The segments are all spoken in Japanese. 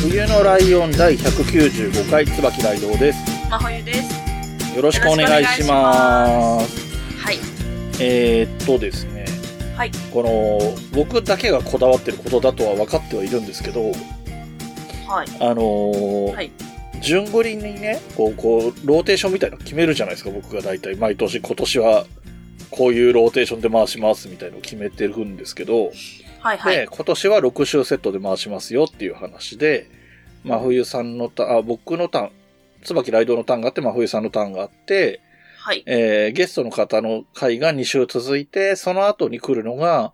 冬のライオン第195回、椿ライドウです。真冬ですよろしくお願いします。はいえー、っとですね。はいこの、僕だけがこだわってることだとは分かってはいるんですけど、はいあのーはい順繰りにね、こう、こう、ローテーションみたいなの決めるじゃないですか、僕が大体毎年、今年は、こういうローテーションで回しますみたいのを決めてるんですけど、はいはいで、今年は6週セットで回しますよっていう話で、真冬さんのターン、あ、僕のターン、椿ライドのターンがあって、真冬さんのターンがあって、はいえーゲストの方の回が2週続いて、その後に来るのが、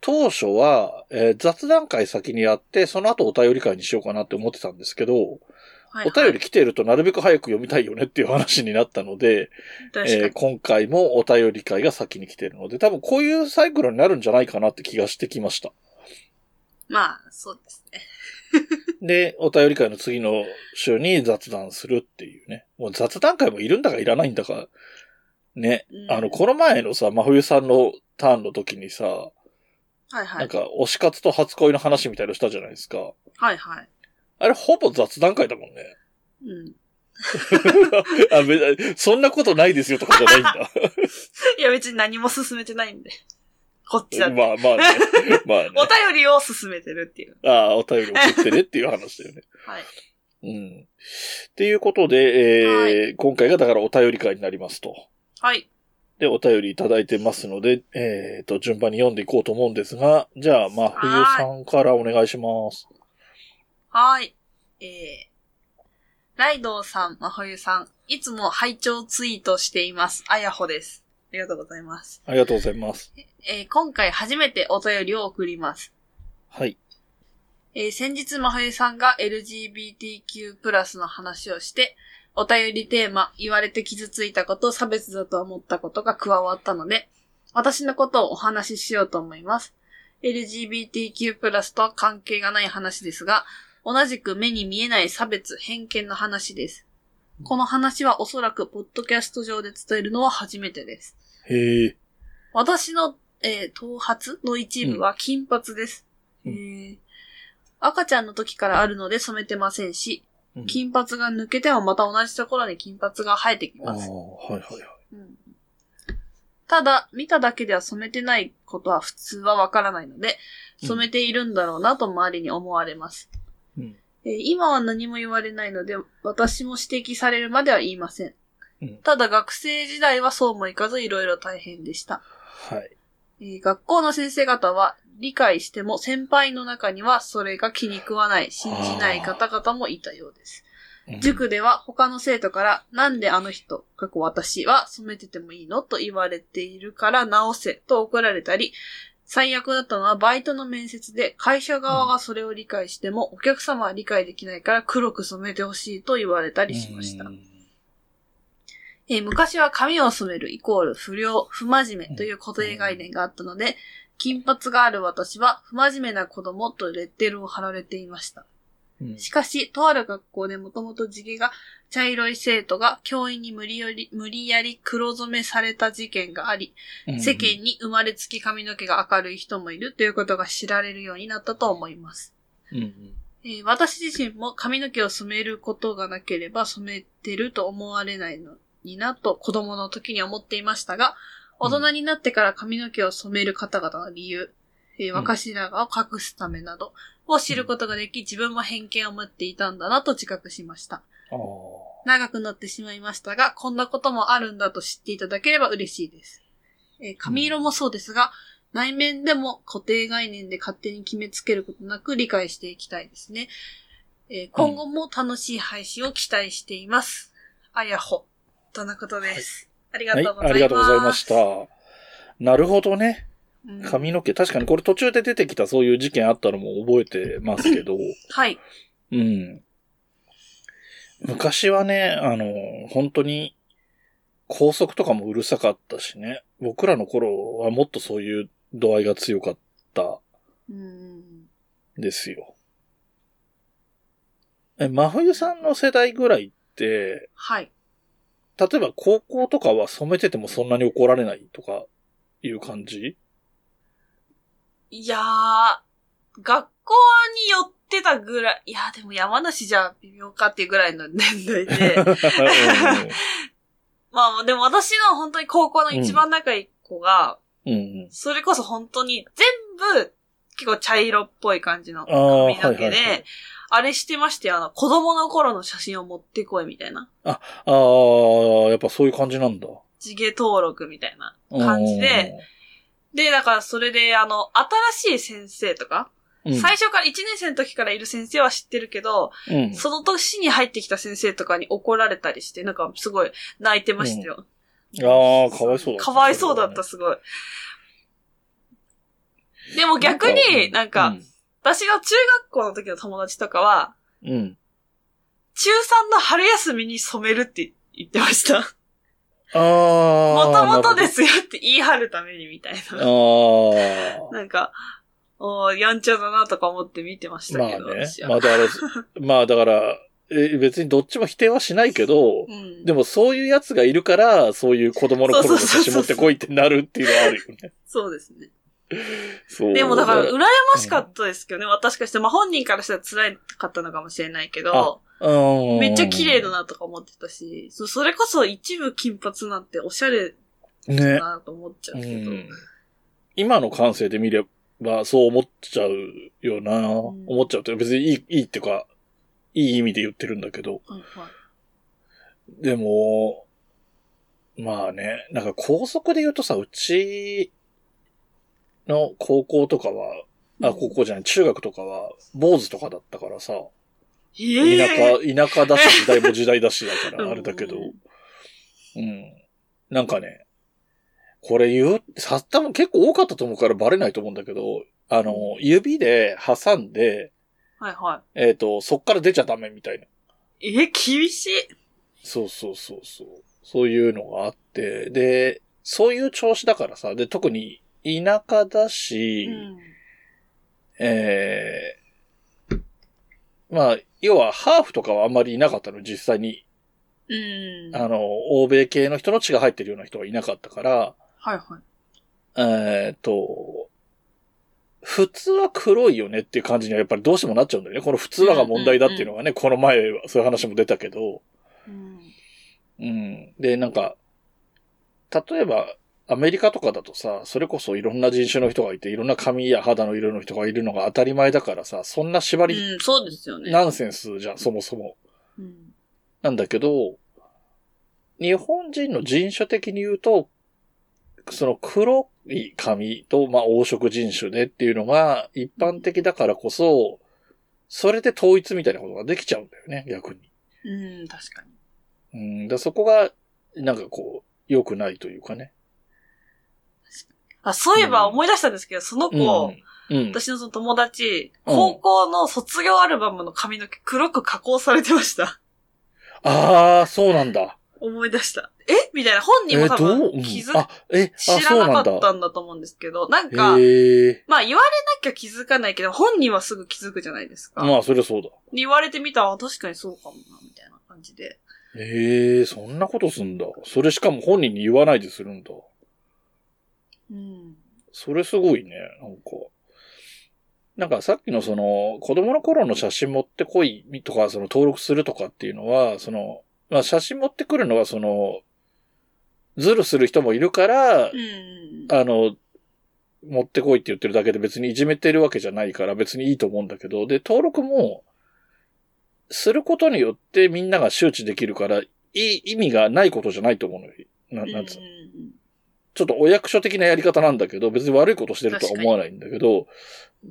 当初は、えー雑談会先にやって、その後お便り会にしようかなって思ってたんですけど、はいお便り来てるとなるべく早く読みたいよねっていう話になったので、確かにえー今回もお便り会が先に来てるので、多分こういうサイクルになるんじゃないかなって気がしてきました。まあそうですねで、お便り会の次の週に雑談するっていうね。もう雑談会もいるんだかいらないんだか。ね。うんあの、この前のさ、真冬さんのターンの時にさ、はいはなんいか、推し活と初恋の話みたいのしたじゃないですか。はいはいあれ、ほぼ雑談会だもんね。 うんあ、めそんなことないですよとかじゃない んだ。 いや別に何も進めてないんで こっちだって、まあまあ ね。まあねお。便りを進めてるっていうああ、お便り送ってねっていう話だよね。はいうん。っていうことで、えーは今回がだからお便り会になりますと。はいで、お便りいただいてますので、えっ、と、順番に読んでいこうと思うんですが、じゃあ、まあ、冬さんからお願いします。はい。えー、ライドウさん、まほゆさん、いつも拝聴ツイートしています。あやほです。ありがとうございます。ありがとうございます。えー、今回初めてお便りを送ります。はい。えー、先日まほゆさんが LGBTQ+, の話をして、お便りテーマ、言われて傷ついたこと、差別だと思ったことが加わったので、私のことをお話ししようと思います。LGBTQ+, とは関係がない話ですが、同じく目に見えない差別、偏見の話です。この話はおそらくポッドキャスト上で伝えるのは初めてです。へえ。私の、えー頭髪の一部は金髪です。うんえー赤ちゃんの時からあるので染めてませんし、うん金髪が抜けてもまた同じところに金髪が生えてきああ、ます。はいはいはい。うんただ、見ただけでは染めてないことは普通はわからないので、染めているんだろうなと周りに思われます。うんえー今は何も言われないので、私も指摘されるまでは言いません。うんただ、学生時代はそうもいかずいろいろ大変でした。はい。えー学校の先生方は理解しても先輩の中にはそれが気に食わない、信じない方々もいたようです。うん塾では他の生徒からなんであの人、過去私は染めててもいいのと言われているから直せと怒られたり、最悪だったのはバイトの面接で会社側がそれを理解してもお客様は理解できないから黒く染めてほしいと言われたりしましたう。んえー昔は髪を染めるイコール不良、不真面目という固定概念があったので、金髪がある私は不真面目な子供とレッテルを貼られていました。うんしかし、とある学校でもともと地毛が茶色い生徒が教員に無理より、無理やり黒染めされた事件があり、うん世間に生まれつき髪の毛が明るい人もいるということが知られるようになったと思います。うんえー私自身も髪の毛を染めることがなければ染めてると思われないのになと子供の時に思っていましたが、うん大人になってから髪の毛を染める方々の理由、えーん若白髪を隠すためなどを知ることができ、自分も偏見を持っていたんだなと自覚しました。ああ。長くなってしまいましたが、こんなこともあるんだと知っていただければ嬉しいです。えー髪色もそうですが、内面でも固定概念で勝手に決めつけることなく理解していきたいですね。えー今後も楽しい配信を期待しています。あやほ。とのことです。ありがはいとうございます。ありがとうございました。なるほどね。うん髪の毛、確かにこれ途中で出てきたそういう事件あったのも覚えてますけど、はい。うん。昔はね、あの、本当に、高速とかもうるさかったしね。僕らの頃はもっとそういう度合いが強かったうん。ですよ。え、真冬さんの世代ぐらいって、はい。例えば高校とかは染めててもそんなに怒られないとかいう 感じいやー、学校に寄ってたぐらい、いやーでも山梨じゃ微妙かっていうぐらいの年代うでん、まあでも私の本当に高校の一番仲いい子が、うん。それこそ本当に全部結構茶色っぽい感じのああ、はい髪はのい、は毛でい。、あれしてましてよ、あの、子供の頃の写真を持ってこいみたいな、ああ、やっぱそういう感じなんだ。地毛登録みたいな感じで、で、だからそれで、あの、新しい先生とか、うん、最初から1年生の時からいる先生は知ってるけど、うん、その年に入ってきた先生とかに怒られたりして、なんかすごい泣いてましたよ。ああ、かわいそうだかわいそうだった、そすごい。でも逆れはねに、なんか、、私が中学校の時の友達とかは、うん。うん中3の春休みに染めるって言ってました。ああ。。もともとですすよって言い張るためにみたいあな。あ。なんか、おーやんちゃだなとか思って見てま したまあけねど。私。はまあだから、 まあだから、え別にどっちも否定はしないけど、うんでもそういうやつがいるから、そういう子供の頃の写真持ってこいってなるっていうのはあるよね。そうですね。そう。でもだから、羨ましかったですけどね、私からして。まあ、本人からしたら辛かったのかもしれないけど、うん。めっちゃ綺麗だなとか思ってたし、そそれこそ一部金髪なんておしゃれだね。なと思っちゃううけど。ん。今の感性で見れば、そう思っちゃうよな。ん思っちゃうって、別にいい、いいっていうか、いい意味で言ってるんだけど。はいはいでも、まあね、なんか高速で言うとさ、うちの高校とかは、あ、高校じゃない、中学とかは、坊主とかだったからさ、田ええ舎、田舎だし、時代も時代だしだかうら、んあれだけど、うん。なんかね、これ言う、さ、多分結構多かったと思うからバレないと思うんだけど、あの、指で挟んで、はいはえっ、と、そっから出ちゃダメみたいな。い。えー厳しい。そうそうそうそう。そういうのがあって、で、そういう調子だからさ、で、特に田舎だし、うんえーまあ、要はハーフとかはあんまりいなかったの、実際に。うん。あの、欧米系の人の血が入ってるような人はいなかったから、はいはい。えっ、と、普通は黒いよねっていう感じにはやっぱりどうしてもなっちゃうんだよね。この普通はが問題だっていうのがね、この前はそういう話も出たけど、うんうん。で、なんか、例えば、アメリカとかだとさ、それこそいろんな人種の人がいて、いろんな髪や肌の色の人がいるのが当たり前だからさ、そんな縛り、うん、そうですよね。ナンセンスじゃん、そもそも。うんなんだけど、日本人の人種的に言うと、その黒い髪と、まあ、黄色人種でっていうのが一般的だからこそ、それで統一みたいなことができちゃうんだよね、逆に。うん、確かに。うん、だそこが、なんかこう、良くないというかね。あ、そういえば思い出したんですけど、その子、うん。うん。私のその友達、うん高校の卒業アルバムの髪の毛黒く加工されてました。ああ、そうなんだ。思い出した。えみたいな。本え人も多どう、う分ん気づ、あ、え、あ、知そうらななんかっだ。たんだと思うんですけど、なんか、へえ。まあ言われなきゃ気づかないけど、本人はすぐ気づくじゃないですか。まあ、そりゃそうだ。言われてみたら、あ確かにそうかもな、みたいな感じで。ええ、そんなことすんだ。それしかも本人に言わないでするんだ。うん。それすごいね、なんか。なんかさっきのその、子供の頃の写真持ってこいとか、その登録するとかっていうのは、その、まあ写真持ってくるのはその、ズルする人もいるからう、ん。あの、持ってこいって言ってるだけで別にいじめてるわけじゃないから別にいいと思うんだけど、で、登録も、することによってみんなが周知できるから、いい意味がないことじゃないと思うのよ。ななんつうのうんちょっとお役所的なやり方なんだけど、別に悪いことしてるとは思わないんだけど、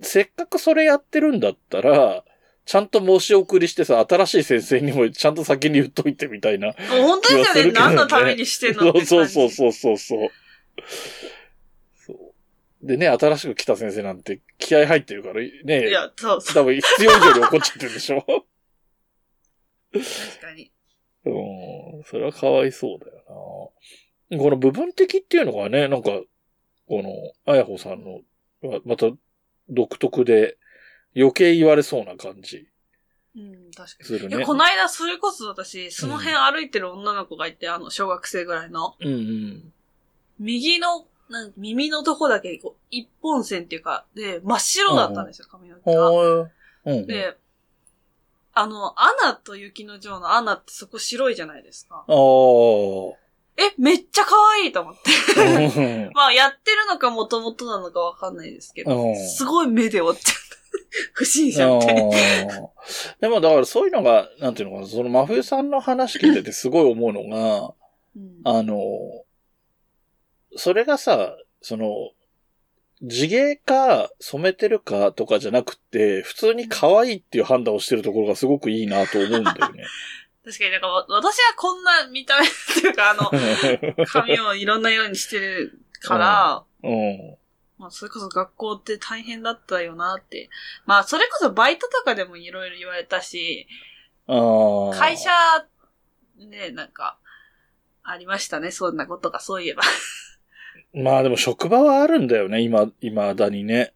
せっかくそれやってるんだったら、ちゃんと申し送りしてさ、新しい先生にもちゃんと先に言っといてみたいな。もう本当ですよね。気はするけどね 何のためにしてんのそってう感じ。そうそうそうそう。そうでね、新しく来た先生なんて気合入ってるから、いね、や、そう、そう多分必要以上に怒っちゃってるでしょ確かに。うん、それはかわいそうだよな。この部分的っていうのがね、なんか、この、あやほさんの、ままた独特で余計言われそうな感じうん、確かするに。いや、ね。こないだそれこそ私、その辺歩いてる女の子がいて、あの、小学生ぐらいの、うんうん。右の、なん耳のとこだけ、こう、一本線っていうか、で、真っ白だったんですよ、髪の毛が。はーい。うんうん。で、あの、アナと雪の女王のアナってそこ白いじゃないですか。ああ。え、めっちゃ可愛いと思って。うん まあ、やってるのか元々なのかわかんないですけど、うんすごい目で追っちゃった。不審者みたいな。あーでもだからそういうのが、なんていうのかな、その真冬さんの話聞いててすごい思うのが、うんあの、それがさ、その、地毛か染めてるかとかじゃなくて、普通に可愛いっていう判断をしてるところがすごくいいなと思うんだよね。確かになんかわ、私はこんな見た目っていうか、あ の、髪をいろんなようにしてるから、うん。まあ、それこそ学校って大変だったよなって。まあ、それこそバイトとかでもいろいろ言われたし、ああ。会社、ね、なんか、ありましたね、そんなことが、そういえば。まあでも職場はあるんだよね、今、今だにね。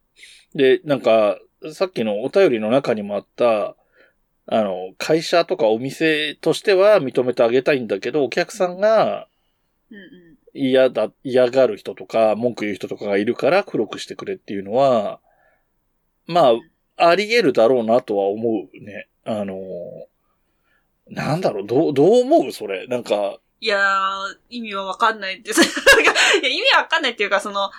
で、なんか、さっきのお便りの中にもあった、あの、会社とかお店としては認めてあげたいんだけど、お客さんがうんうん。嫌だ、嫌がる人とか、文句言う人とかがいるから黒くしてくれっていうのは、まあ、あり得るだろうなとは思うね。あの、なんだろう、どう、どう思うそれ。なんか、いやー、意味はわかんないって、 なんかいや意味わかんないっていうか、その、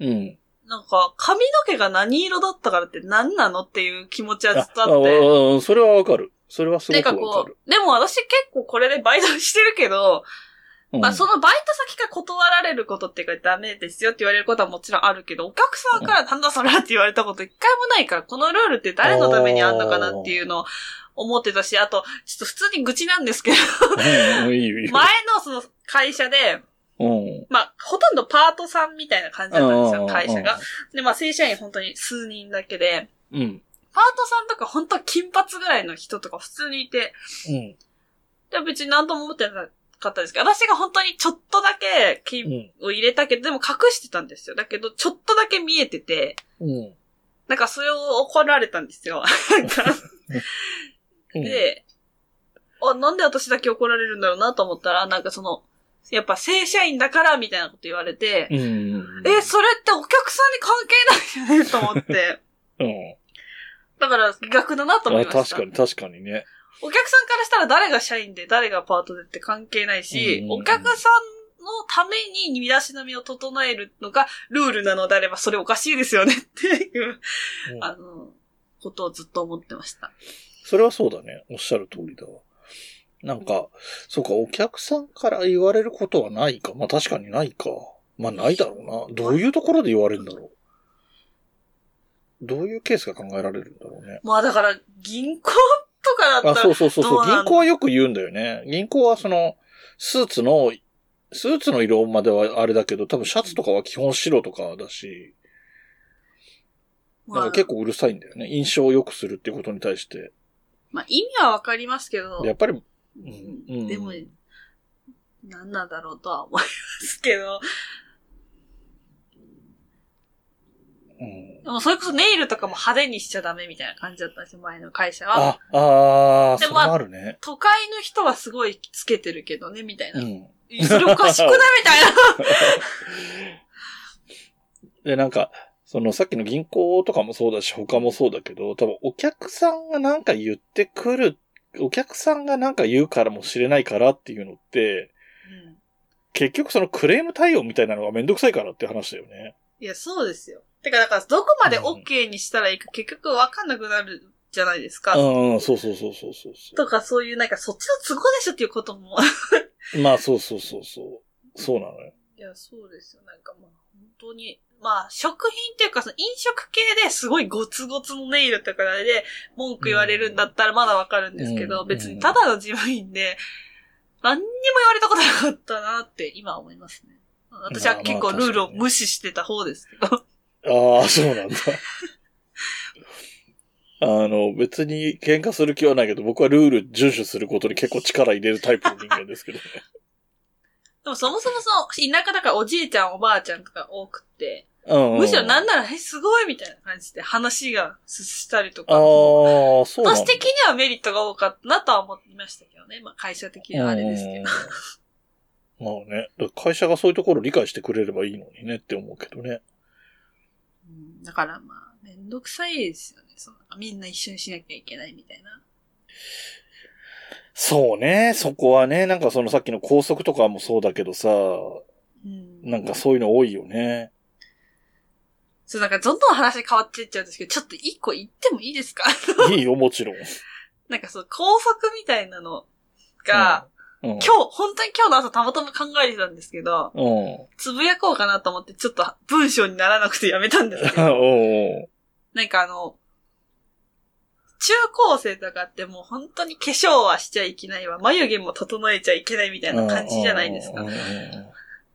うん。なんか、髪の毛が何色だったからって何なのっていう気持ちはずっとああって。ああそれはわかる。それはすなごんくかわかこる。う、でも私結構これでバイトしてるけど、うんまあそのバイト先が断られることっていうかダメですよって言われることはもちろんあるけど、お客さんからなんだそれはって言われたこと一回もないから、このルールって誰のためにあんのかなっていうのを思ってたし、あと、ちょっと普通に愚痴なんですけど、うん、いいよ、いい よ。前のその会社で、うん。まあ、ほとんどパートさんみたいな感じだったんですよ、会社が。あ。で、まあ、正社員本当に数人だけで、うん。パートさんとか本当金髪ぐらいの人とか普通にいて、うん。で別に何とも思ってなかったんですけど、私が本当にちょっとだけう金ん。を入れたけど、でも隠してたんですよ。だけど、ちょっとだけ見えてて、うん。なんかそれを怒られたんですよ。なんかうん、で、あ、なんで私だけ怒られるんだろうなと思ったら、なんかその、やっぱ正社員だからみたいなこと言われて、うん。え、それってお客さんに関係ないよねと思って。うん。だから逆だなと思いあました。確かに、確かにね。お客さんからしたら誰が社員で誰がパートでって関係ないし、うんお客さんのために身だしなみを整えるのがルールなのであればそれおかしいですよねっていう、うんあの、ことをずっと思ってました。それはそうだね。おっしゃる通りだわ。なんか、そうか、お客さんから言われることはないか。まあ確かにないか。まあないだろうな。どういうところで言われるんだろう。どういうケースが考えられるんだろうね。まあだから銀行とかだあ、ったそら、うそうそうどそうう。なん銀行はよく言うんだよね。銀行はその、スーツの、スーツの色まではあれだけど、多分シャツとかは基本白とかだし、なんまかあ、結構うるさいんだよね。印象を良くするっていうことに対して。まあ意味はわかりますけど、やっぱり、ううんうんんでも、何なんだろうとは思いますけど、うん。でもそれこそネイルとかも派手にしちゃダメみたいな感じだったんですよ、前の会社は。あ、あー、そでれもまあもあるね。都会の人はすごいつけてるけどね、みたいうな。ん。それおかしくないみたい な。で、なんか、そのさっきの銀行とかもそうだし、他もそうだけど、多分お客さんがなんか言ってくる、お客さんがなんか言うからもしれないからっていうのって、うん結局そのクレーム対応みたいなのがめんどくさいからっていう話だよね。いや、そうですよ。てか、だから、どこまで OK にしたらいいか、結局わかんなくなるじゃないですか。うん、そうそうそうそうそうそとか、そういう、なんか、そっちの都合でしょっていうことも。う。まあそうそうそうそう。そうなのよ。いや、そうですよ。なんか、まあ、本当に、まあ、食品っていうか、その飲食系ですごいゴツゴツのネイルとかで、文句言われるんだったらまだわかるんですけど、うん別にただの事務員で、何にも言われたことなかったなって、今思いますね。私は結構ルールを無視してた方ですけど。ああ、そうなんだ。あの、別に喧嘩する気はないけど、僕はルール遵守することに結構力入れるタイプの人間ですけどね。でもそもそもその、田舎だからおじいちゃんおばあちゃんとか多くて、うんうん、 むしろなんんなら、え、すごいみたいな感じで話がすしたりとあかあも。、そうなんだ私。的にはメリットが多かったなとは思いましたけどね。まあ会社的にはあれですけど。うんまあね、だから会社がそういうところを理解してくれればいいのにねって思うけどね。うんだからまあ、めんどくさいですよね。そのみんな一緒にしなきゃいけないみたいな。そうね、そこはね、なんかそのさっきの校則とかもそうだけどさ、うん。なんかそういうの多い よね。そう、なんかどんどん話変わっていっちゃうんですけど、ちょっと一個言ってもいいですか いいよ、もちろん。なんかそう、校則みたいなのが、うん。今日、本当に今日の朝たまたま考えてたんですけど、うん。つぶやこうかなと思って、ちょっと文章にならなくてやめたんですけど、おうなんかあの、中高生とかってもう本当に化粧はしちゃいけないわ、眉毛も整えちゃいけないみたいな感じじゃないですかうん。うんうん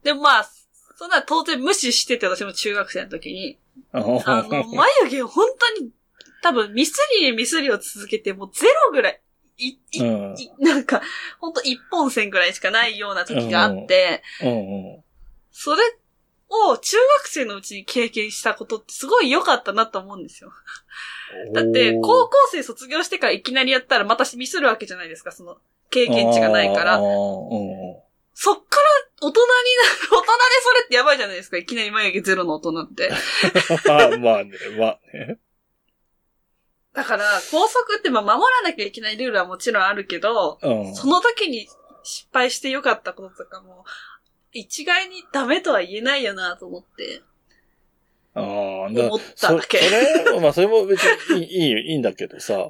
でもまあ、そんな当然無視してて、私も中学生の時に、 うんあの、眉毛を本当に、多分ミスリにミスリを続けて、もうゼロぐらい、い、い、うんいなんか、本当一本線ぐらいしかないような時があって、うんうんそれを中学生のうちに経験したことってすごい良かったなと思うんですよ。だって、おー高校生卒業してからいきなりやったらまたミスるわけじゃないですか、その、経験値がないかあーら。うんうんそっから大人になる、大人でそれってやばいじゃないですか、いきなり眉毛ゼロの大人って。あ まあね、まあね。だから、校則ってまあ守らなきゃいけないルールはもちろんあるけど、うん。その時に失敗して良かったこととかも、一概にダメとは言えないよなと思って、ああ、だ思っただけそ。それ、まあそれも別にいいいいよ、いいんだけどさ、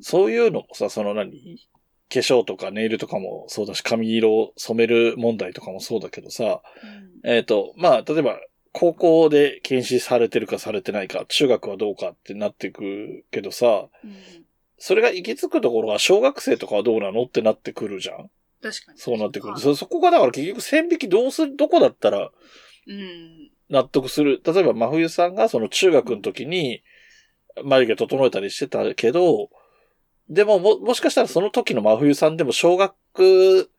そういうのもさ、その何化粧とかネイルとかもそうだし、髪色を染める問題とかもそうだけどさ、うんえっ、と、まあ、例えば、高校で禁止されてるかされてないか、中学はどうかってなってくけどさ、うんそれが行き着くところが小学生とかはどうなのってなってくるじゃん確かに。そうなってくる。はいそ、そこがだから結局線引きどうする、どこだったらうん。納得する。例えば、真冬さんがその中学の時に眉毛整えたりしてたけど、でもも、もしかしたらその時の真冬さんでも小学、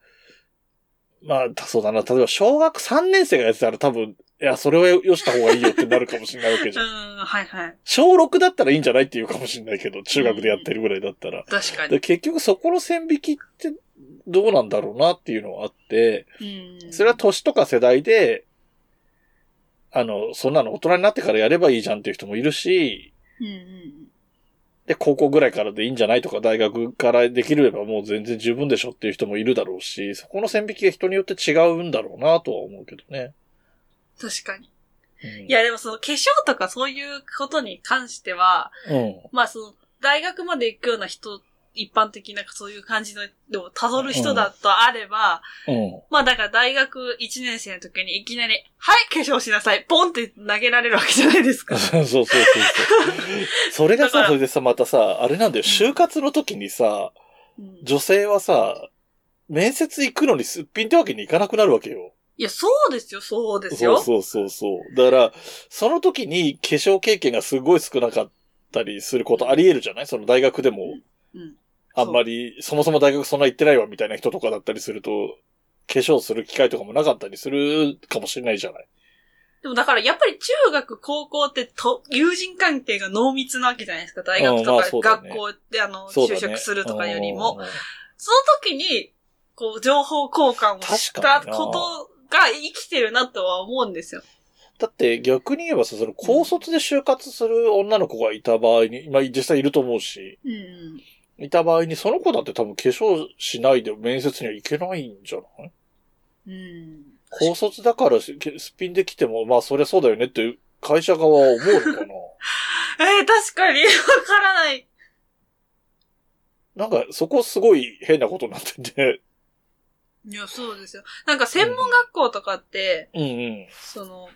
まあ、そうだな。例えば小学3年生がやってたら多分、いや、それはよした方がいいよってなるかもしれないわけじうゃん。ん、はいはい。小6だったらいいんじゃないっていうかもしれないけど、中学でやってるぐらいだったら。確かでに。結局そこの線引きってどうなんだろうなっていうのはあって、うん。それは年とか世代で、あの、そんなの大人になってからやればいいじゃんっていう人もいるし、うんうんで、高校ぐらいからでいいんじゃないとか、大学からできればもう全然十分でしょっていう人もいるだろうし、そこの線引きが人によって違うんだろうなとは思うけどね。確かに。うんい、や、でもその化粧とかそういうことに関しては、うん。まあその、大学まで行くような人、一般的なそういう感じの、でも、辿る人だとあれば、うん。 まあだから大学1年生の時にいきなり、はい、化粧しなさい、ポンって投げられるわけじゃないですか。そうそうそうそう。それがだかさ、らそれでさ、またさ、あれなんだよ、就活の時にさ、うん女性はさ、面接行くのにすっぴんってわけにいかなくなるわけよ。いや、そうですよ、そうですそうよ。そうそうそう。だから、その時に化粧経験がすごい少なかったりすることあり得るじゃないその大学でも、うんあんまり、そもそも大学そんな行ってないわみたいな人とかだったりすると、化粧する機会とかもなかったりするかもしれないじゃないでもだからやっぱり中学、高校ってと友人関係が濃密なわけじゃないですか。大学うんまあとそうかだ学ね校であの、そう就だね。職するとかよりも、うん。その時に、こう、情報交換をした確かになことが生きてるなとは思うんですよ。だって逆に言えばさ、その高卒で就活する女の子がいた場合に、まあ実際いると思うし、うんうん。いた場合にその子だって多分化粧しないで面接には行けないんじゃないうん。高卒だからしすっぴんできても、まあそりゃそうだよねって会社側は思うのかなえー確かに、わからない。 なんかそこすごい変なことになってて。いや、そうですよ。なんか専門学校とかって、うんうん。その、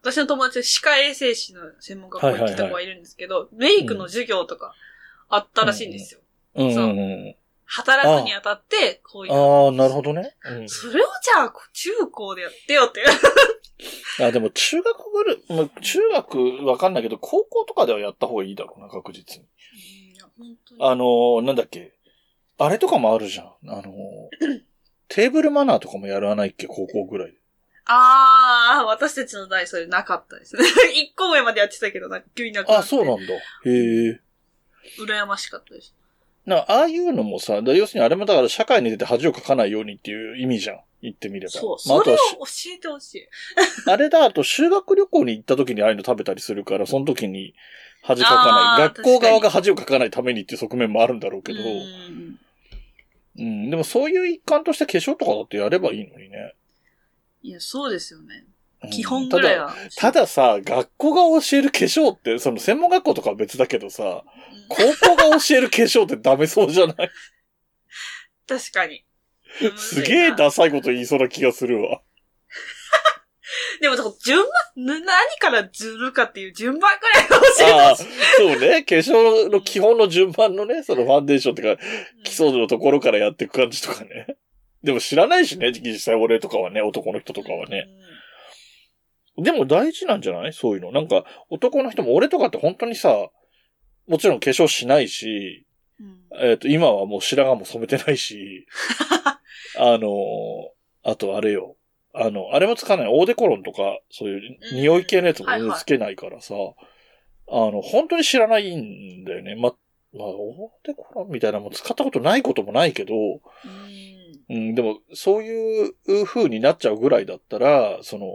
私の友達で歯科衛生士の専門学校に行ってた子がいるんですけど、メイクの授業とかあったらしいんですよ。うんそううん働くにあたって、こういう。ああ、なるほどね。うそれをじゃあ、中高でやってよって。ん。あでも中学ぐる、まあ中学わかんないけど、高校とかではやった方がいいだろうな、確実に。いや本当にあのーなんだっけ。あれとかもあるじゃん。あ のーテーブルマナーとかもやらないっけ、高校ぐらいで。ああ、私たちの代それなかったですね。 一個上までやってたけど、なんか急になくなって。あ、そうなんだ。へえ。羨ましかったです。な、ああいうのもさ、だ要するにあれもだから社会に出て恥をかかないようにっていう意味じゃん。言ってみれば。そう、まあ、そあとれをはし教 えてほしい。あれだ、あと修学旅行に行った時にああいうの食べたりするから、その時に恥かかあーない。学校側確かがに恥をかかないためにっていう側面もあるんだろうけど、ううんでもそういう一環として化粧とかだってやればいいのにね。いや、そうですよね。うん基本ぐらいは。ただたださ、学校が教える化粧って、その専門学校とかは別だけどさ、うん高校が教える化粧ってダメそうじゃない確かに。 すげえだ。ダサいこと言いそうな気がするわ。でも、順番、ぬ何からずるかっていう順番ぐらいが教えてああ、そうね。化粧の基本の順番のね、そのファンデーションとか、基礎のところからやっていく感じとかね。でも知らないしね、実際俺とかはね、男の人とかはね。。でも大事なんじゃないそういうの。なんか、男の人も俺とかって本当にさ、もちろん化粧しないし、うんうんえっ、と、今はもう白髪も染めてな いし、あのあとあれよ。あの、あれもつかない。オーデコロンとか、そういううん匂い系のやつもはいはいつけないからさ、あの、本当に知らないんだよね。ま、まあ、オーデコロンみたいなもん使ったことないこともないけど、うんうん、でも、そういう風になっちゃうぐらいだったら、その、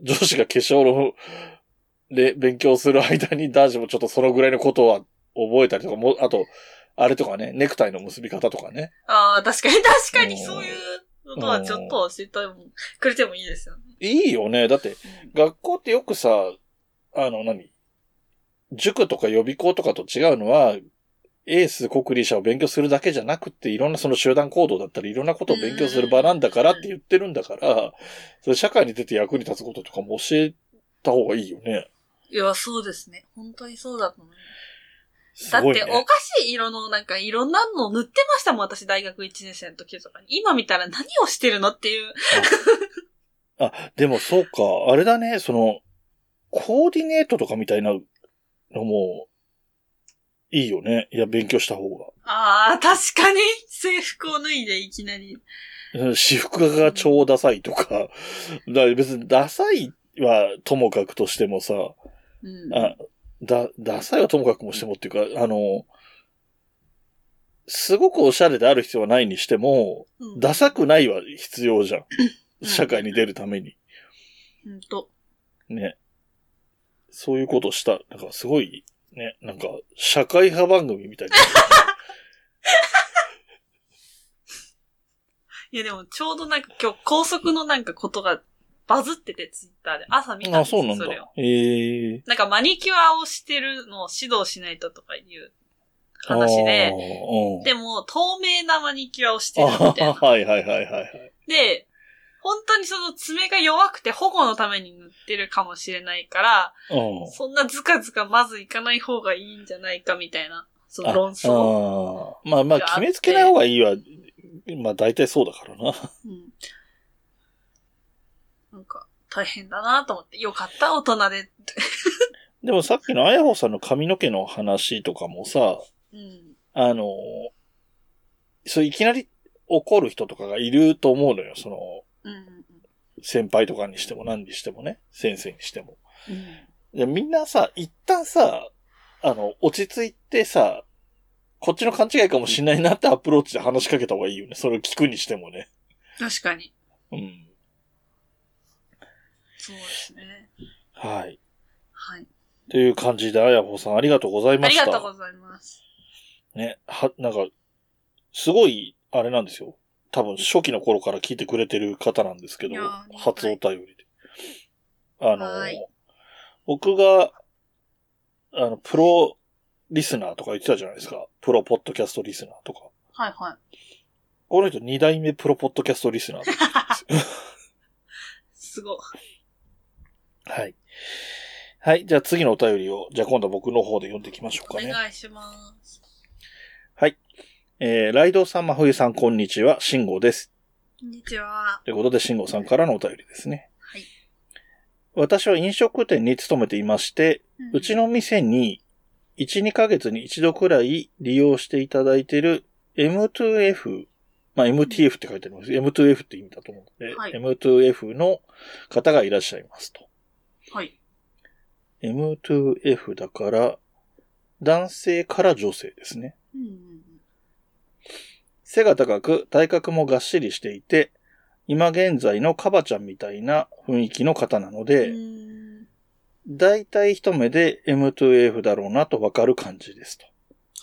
女子が化粧の、で、勉強する間に男子もちょっとそのぐらいのことは覚えたりとか、もう、あと、あれとかね、ネクタイの結び方とかね。ああ、確かに、確かに、そういうことはちょっと教えてもくれてもいいですよね。いいよね。だって、うん学校ってよくさ、あの、何塾とか予備校とかと違うのは、エース、国理社を勉強するだけじゃなくって、いろんなその集団行動だったり、いろんなことを勉強する場なんだからって言ってるんだから、それ社会に出て役に立つこととかも教えた方がいいよね。いや、そうですね。本当にそうだと思いますだっごいて、おね。かしい色の、なんか、いろんなの塗ってましたもん、私、大学1年生の時とかに。今見たら何をしてるのっていう。あ、でもそうか、あれだね、その、コーディネートとかみたいなのも、いいよね。いや、勉強した方が。ああ、確かに、 制服を脱いで、いきなり。うん私服が超ダサいとか、 だから別にダサいはともかくとしてもさ、うん。あだ、ダサいはともかくもしてもっていうか、あの、すごくおしゃれである必要はないにしても、うん、ダサくないは必要じゃん。うん社会に出るために。うんと。ね。そういうことした。なんかすごい、ね、なんか、社会派番組みたいな。いや、でも、ちょうどなんか今日、高速のなんかことがバズってて、ツイッターで。朝見たん ですあ、そうなんだそれを。。ええなんか、マニキュアをしてるのを指導しないととかいう話で、でも、透明なマニキュアをしてあーるうんみたいあな。ー、 はいはいはいはい。で、本当にその爪が弱くて保護のために塗ってるかもしれないから、うん。そんなズカズカまずいかない方がいいんじゃないかみたいな、その論あ争。あーまあまあ、があって決めつけない方がいいわ。まあ大体そうだからな。 うん、なんか、大変だなと思って、よかった、大人で。でもさっきのあやほさんの髪の毛の話とかもさ、うん。あの、そういきなり怒る人とかがいると思うのよ。その、うんうん先輩とかにしても何にしてもね。先生にしても。うん。でみんなさ、一旦さ、あの、落ち着いてさ、こっちの勘違いかもしんないなってアプローチで話しかけた方がいいよね。それを聞くにしてもね。確かに。うん。そうですね。はい。はい。という感じで、あやほさんありがとうございあまりした。がとうございます。ね、は、なんか、すごい、あれなんですよ。多分、初期の頃から聞いてくれてる方なんですけどいやー、初お便りで。あのはい、僕が、あの、プロリスナーとか言ってたじゃないですか。プロポッドキャストリスナーとか。はいはい。この人二代目プロポッドキャストリスナー とか。すごい。はい。はい。じゃあ次のお便りを、じゃあ今度は僕の方で読んでいきましょうおかね。願いします。えー、ライドウさん、まほゆさん、こんにちは。慎吾です。こんにちは。ということで、慎吾さんからのお便りですね。はい。私は飲食店に勤めていまして、うちの、の店に1、2ヶ月に一度くらい利用していただいている M2F、まあ、MTF って書いてあります。M2F って意味だと思うので、はい M2F の方がいらっしゃいますと。はい。 M2F だから、男性から女性ですね。うんうんうん。背が高く、体格もがっしりしていて、今現在のカバちゃんみたいな雰囲気の方なので、うん大体一目で M2F だろうなとわかる感じですと。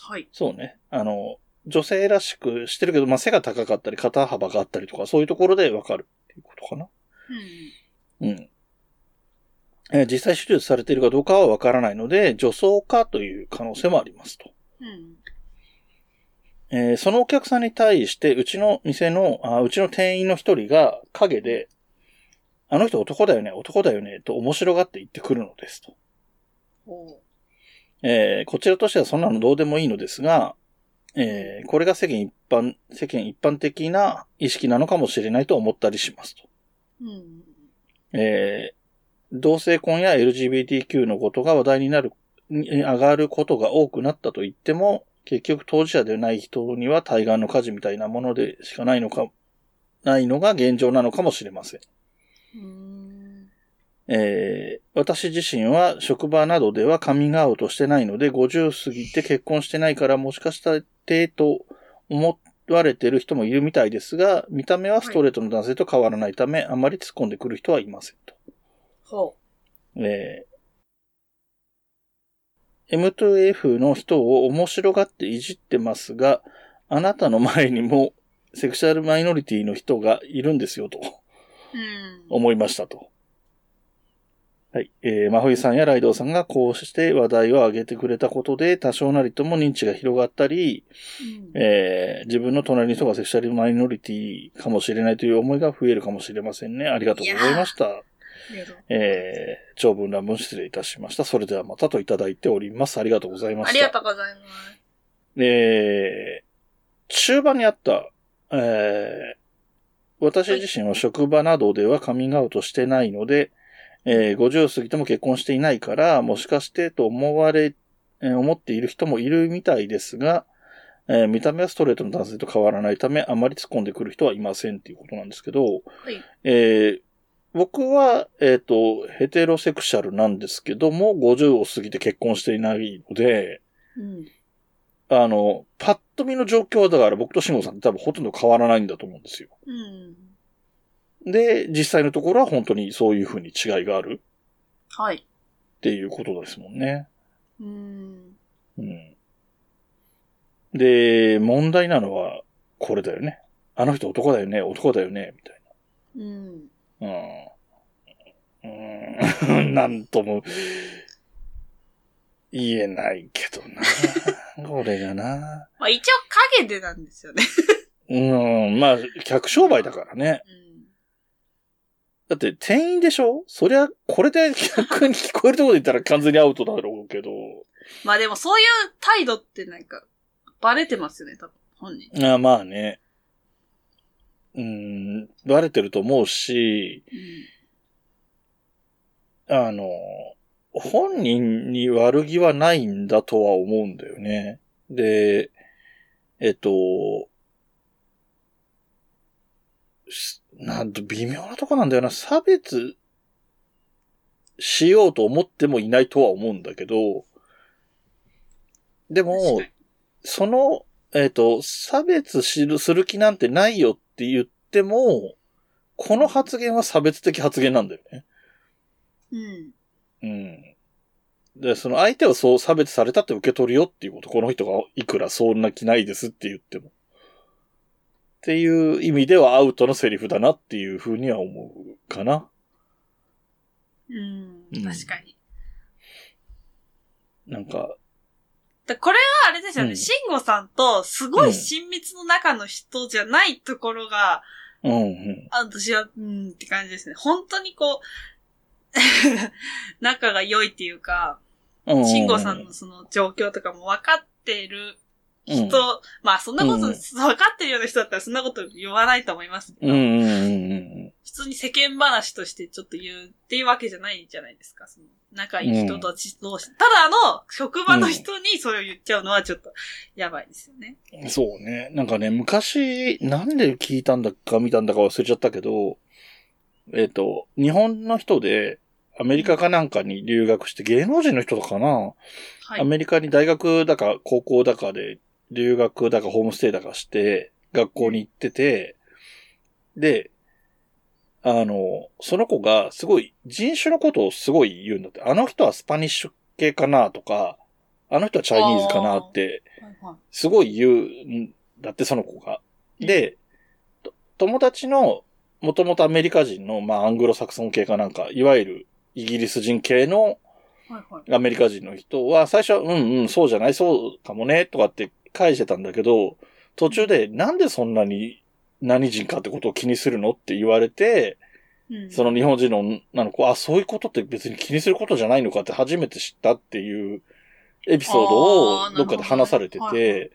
はい。そうね。あの、女性らしくしてるけど、まあ、背が高かったり、肩幅があったりとか、そういうところでわかるっていうことかな。うんうん。えー実際手術されているかどうかはわからないので、女装かという可能性もありますと。うん。うん。えーそのお客さんに対して、うちの店の、あうちの店員の一人が陰で、あの人男だよね、男だよね、と面白がって言ってくるのですと。おうえーこちらとしてはそんなのどうでもいいのですが、えーこれが世間一般、世間一般的な意識なのかもしれないと思ったりしますと。うんうん。えー同性婚や LGBTQ のことが話題になる、に上がることが多くなったと言っても、結局当事者でない人には対岸の火事みたいなものでしかないのか、ないのが現状なのかもしれません。うーん。えー私自身は職場などではカミングアウトしてないので、50過ぎて結婚してないからもしかしたらてと思われてる人もいるみたいですが、見た目はストレートの男性と変わらないため、あまり突っ込んでくる人はいませんと。ほえー M2F の人を面白がっていじってますが、あなたの前にもセクシャルマイノリティの人がいるんですよと。う。うん。思いましたと。はい。えー、まふいさんやライドウさんがこうして話題を上げてくれたことで、多少なりとも認知が広がったり、うんえー、自分の隣の人がセクシャルマイノリティかもしれないという思いが増えるかもしれませんね。ありがとうございました。ありがとうえー、長文乱文失礼いたしました。それではまたといただいております。ありがとうございまあしりがた。とうございます。えー、中盤にあった、えー、私自身は職場などではカミングアウトしてないので、えー、50過ぎても結婚していないから、もしかしてと思われ、えー思っている人もいるみたいですが、えー見た目はストレートの男性と変わらないため、あまり突っ込んでくる人はいませんっていうことなんですけど、はい。えー僕は、えっ、と、ヘテロセクシャルなんですけども、50を過ぎて結婚していないので、うん。あの、パッと見の状況はだから僕と慎吾さんって多分ほとんど変わらないんだと思うんですよ。うん。で、実際のところは本当にそういう風に違いがあるはい。っていうことですもんね。うん。うん。で、問題なのはこれだよね。あの人男だよね、男だよね、みたいうん。な。うん。うー ん、なんとも言えないけどな。これがな。まあ一応影でなんですよね。うん、まあ、客商売だからね。うん。だって、店員でしょそりゃ、これで逆に聞こえるところで言ったら完全にアウトだろうけど。まあでもそういう態度ってなんか、バレてますよね、多分、本人。あまあね。うん、バレてると思うし、あの、本人に悪気はないんだとは思うんだよね。で、えっと、すなんと微妙なとこなんだよな。差別しようと思ってもいないとは思うんだけど、でも、その、えっ、と、差別しるする気なんてないよって言っても、この発言は差別的発言なんだよね。うん。うん。で、その相手はそう差別されたって受け取るよっていうこと、この人がいくらそんな気ないですって言っても。っていう意味ではアウトのセリフだなっていうふうには思うかな。うん。うん確かに。なんか、だこれはあれですようね、ん慎吾さんとすごい親密の中の人じゃないところが、うんうん。あ私は、うんって感じですね。本当にこう、 仲が良いっていうか、うんうんうん慎吾さんのその状況とかも分かってるうん人、まあそんなこと、うん分かってるような人だったらそんなこと言わないと思いますけうんど、うんうんうん。普通に世間話としてちょっと言うっていうわけじゃないじゃないですか。その仲いい人とち同士。ただの職場の人にそれを言っちゃうのはちょっとやばいですよね。そうね。なんかね、昔、なんで聞いたんだか見たんだか忘れちゃったけど、えっ、と、日本の人で、アメリカかなんかに留学して、芸能人の人とかな、はアい。メリカに大学だか高校だかで、留学だかホームステイだかして、学校に行ってて、で、あの、その子がすごい人種のことをすごい言うんだって。あの人はスパニッシュ系かなとか、あの人はチャイニーズかなって、はいはすごい言うんだって、その子が。い、で、と友達の、もともとアメリカ人の、まあ、アングロサクソン系かなんか、いわゆるイギリス人系のはいはい。アメリカ人の人は、最初は、うんうん、そうじゃない、そうかもね、とかって返してたんだけど、途中で、なんでそんなに何人かってことを気にするのって言われて、うんその日本人の女の子、あ、そういうことって別に気にすることじゃないのかって初めて知ったっていうエピソードあをーどっかで話されてなるほどねはいはて、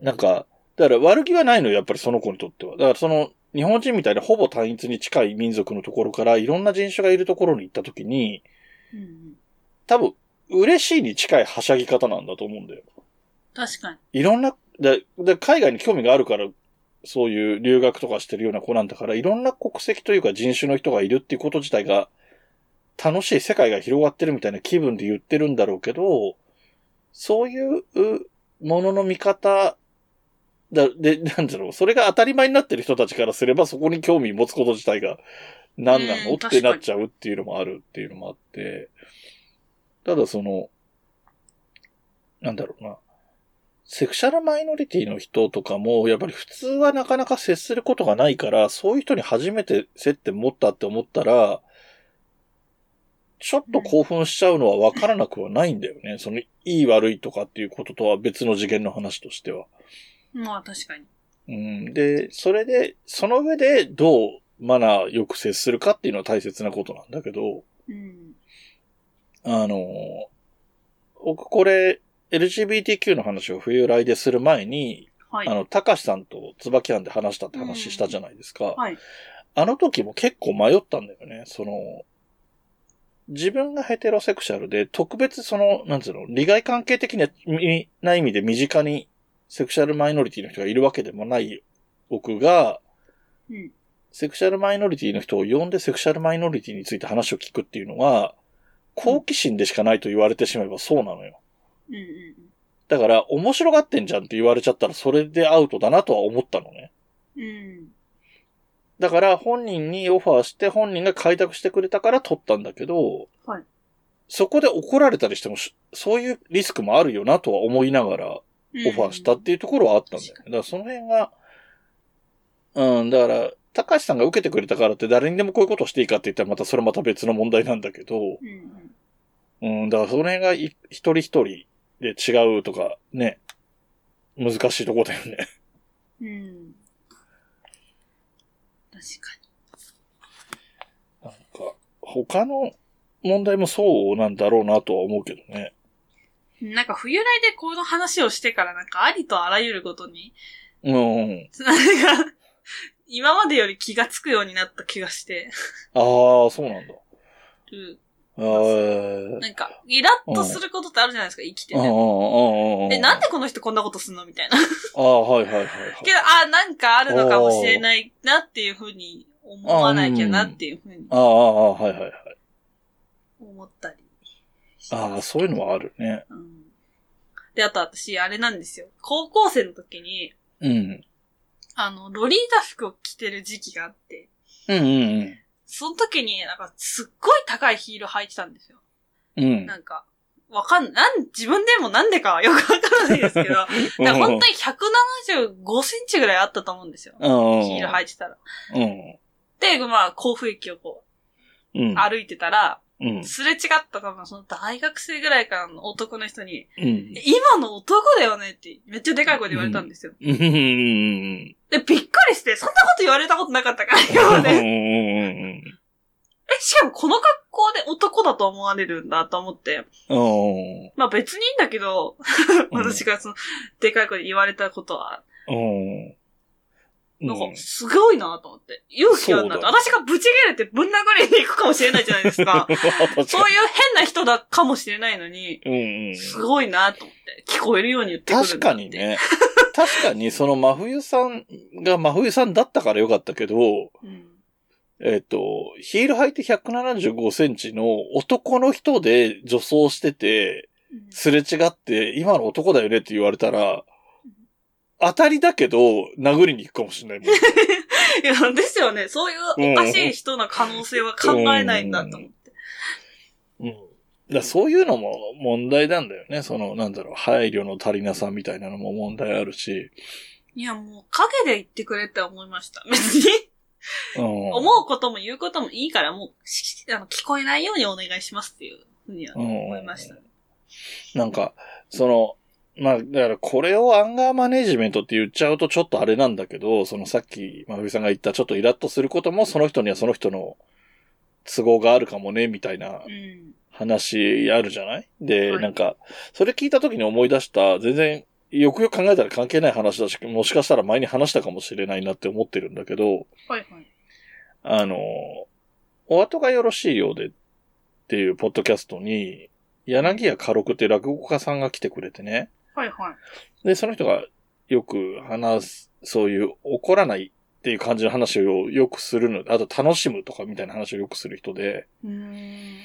なんか、だから悪気はないのよ、やっぱりその子にとっては。だからその日本人みたいなほぼ単一に近い民族のところからいろんな人種がいるところに行った時に、うんうん多分嬉しいに近いはしゃぎ方なんだと思うんだよ。確かに。いろんな、で、で海外に興味があるから、そういう留学とかしてるような子なんだから、いろんな国籍というか人種の人がいるっていうこと自体が、楽しい世界が広がってるみたいな気分で言ってるんだろうけど、そういうものの見方だ、で、なんだろう、それが当たり前になってる人たちからすれば、そこに興味持つこと自体が何なのうんってなっちゃうっていうのもあるっていうのもあって、ただその、なんだろうな、セクシャルマイノリティの人とかも、やっぱり普通はなかなか接することがないから、そういう人に初めて接点持ったって思ったら、ちょっと興奮しちゃうのはわからなくはないんだよね。その、いい悪いとかっていうこととは別の次元の話としては。まあ確かに。うん、で、それで、その上でどうマナーよく接するかっていうのは大切なことなんだけど、うん。あの、僕これ、LGBTQ の話を冬来でする前に、はいあ。の、たかしさんと椿庵で話したって話したじゃないですか。はい。あの時も結構迷ったんだよね。その、自分がヘテロセクシャルで、特別その、なんつうの、利害関係的なみな意味で身近にセクシャルマイノリティの人がいるわけでもない僕が、うん。セクシャルマイノリティの人を呼んでセクシャルマイノリティについて話を聞くっていうのは、好奇心でしかないと言われてしまえばそうなのよ。うんうんだから、面白がってんじゃんって言われちゃったら、それでアウトだなとは思ったのね。うん。うん。だから本人にオファーして本人が開拓してくれたから取ったんだけど、はいそこで怒られたりしてもし、そういうリスクもあるよなとは思いながらオオファーしたっていうところはあったんだよね。だからその辺が、うん、だから、高橋さんが受けてくれたからって誰にでもこういうことをしていいかって言ったらまたそれまた別の問題なんだけど、うんうん。うん、だからその辺がい一人一人で違うとか、ね、難しいとこだよね。うん。確かなんか、他の問題もそうなんだろうなとは思うけどね。に。なんか冬来でこの話をしてからなんかありとあらゆることに、うん。なんか、今までより気がつくようになった気がしてああ、そうなんだ。る。えー、なんか、イラッとすることってあるじゃないですか、生きてうんうて。んうんうん。え、なんでこの人こんなことすんのみたいな。 ああ、はいはいはい、はい。けど、あ、なんかあるのかもしれないなっていうふうに思わなきゃなっていうふうにああ、ああ、はいはいはい。思ったりしてます。ああ、そういうのはあるね。うんで、あと私、あれなんですよ。高校生の時に、うん。あの、ロリーダ服を着てる時期があって、うんうんその時に、なんか、すっごい高いヒール履いてたんですよ。うん。うん。なんか、わかん、なん、自分でもなんでかはよ くわからないですけど、だから本当に175センチぐらいあったと思うんですよ。うん。ヒール履いてたら。うん。で、まあ、甲府駅をこうん。う、歩いてたら、うん。すれ違った多分その大学生ぐらいからの男の人に、うん。え今の男だよねって、めっちゃでかい声で言われたんですよ。うん。うん。 で、びっくりして、そんなこと言われたことなかったから、今まで。うん。しかもこの格好で男だと思われるんだと思って。うん。まあ別にいいんだけど、私がその、でかい声で言われたことは、うん。なんかう、んすごいなと思って。勇気あるなって。そうだ。私がぶち切れてぶん殴りに行くかもしれないじゃないですか 確そうかいう変な人だかもしれないのに、に。うんうん。すごいなと思って。聞こえるように言ってくるんだって。確かに。ね。確かに、その真冬さんが真冬さんだったからよかったけど、うん。えっ、と、ヒール履いて175センチの男の人で女装してて、うんすれ違って、今の男だよねって言われたら、当たりだけど、殴りに行くかもしれないもん。いや、ですよね。そういうおかしい人の可能性は考えないんだと思って。うん。だからそういうのも問題なんだよね。その、なんだろう、配慮の足りなさみたいなのも問題あるし。いや、もう影で言ってくれって思いました。別に。うん。思うことも言うこともいいから、もうし、あの、聞こえないようにお願いしますっていうふうには思いました。なんか、その、まあ、だからこれをアンガーマネジメントって言っちゃうとちょっとあれなんだけど、そのさっき、まふみさんが言ったちょっとイラッとすることもその人にはその人の都合があるかもね、みたいなうん。話あるじゃないで、はいなんか、それ聞いた時に思い出した、全然、よくよく考えたら関係ない話だし、もしかしたら前に話したかもしれないなって思ってるんだけど、はいはい。あの、お後がよろしいようでっていうポッドキャストに、柳家家六って落語家さんが来てくれてね。はいはい。で、その人がよく話す、そういう怒らないっていう感じの話をよくするの、あと楽しむとかみたいな話をよくする人で、うーん。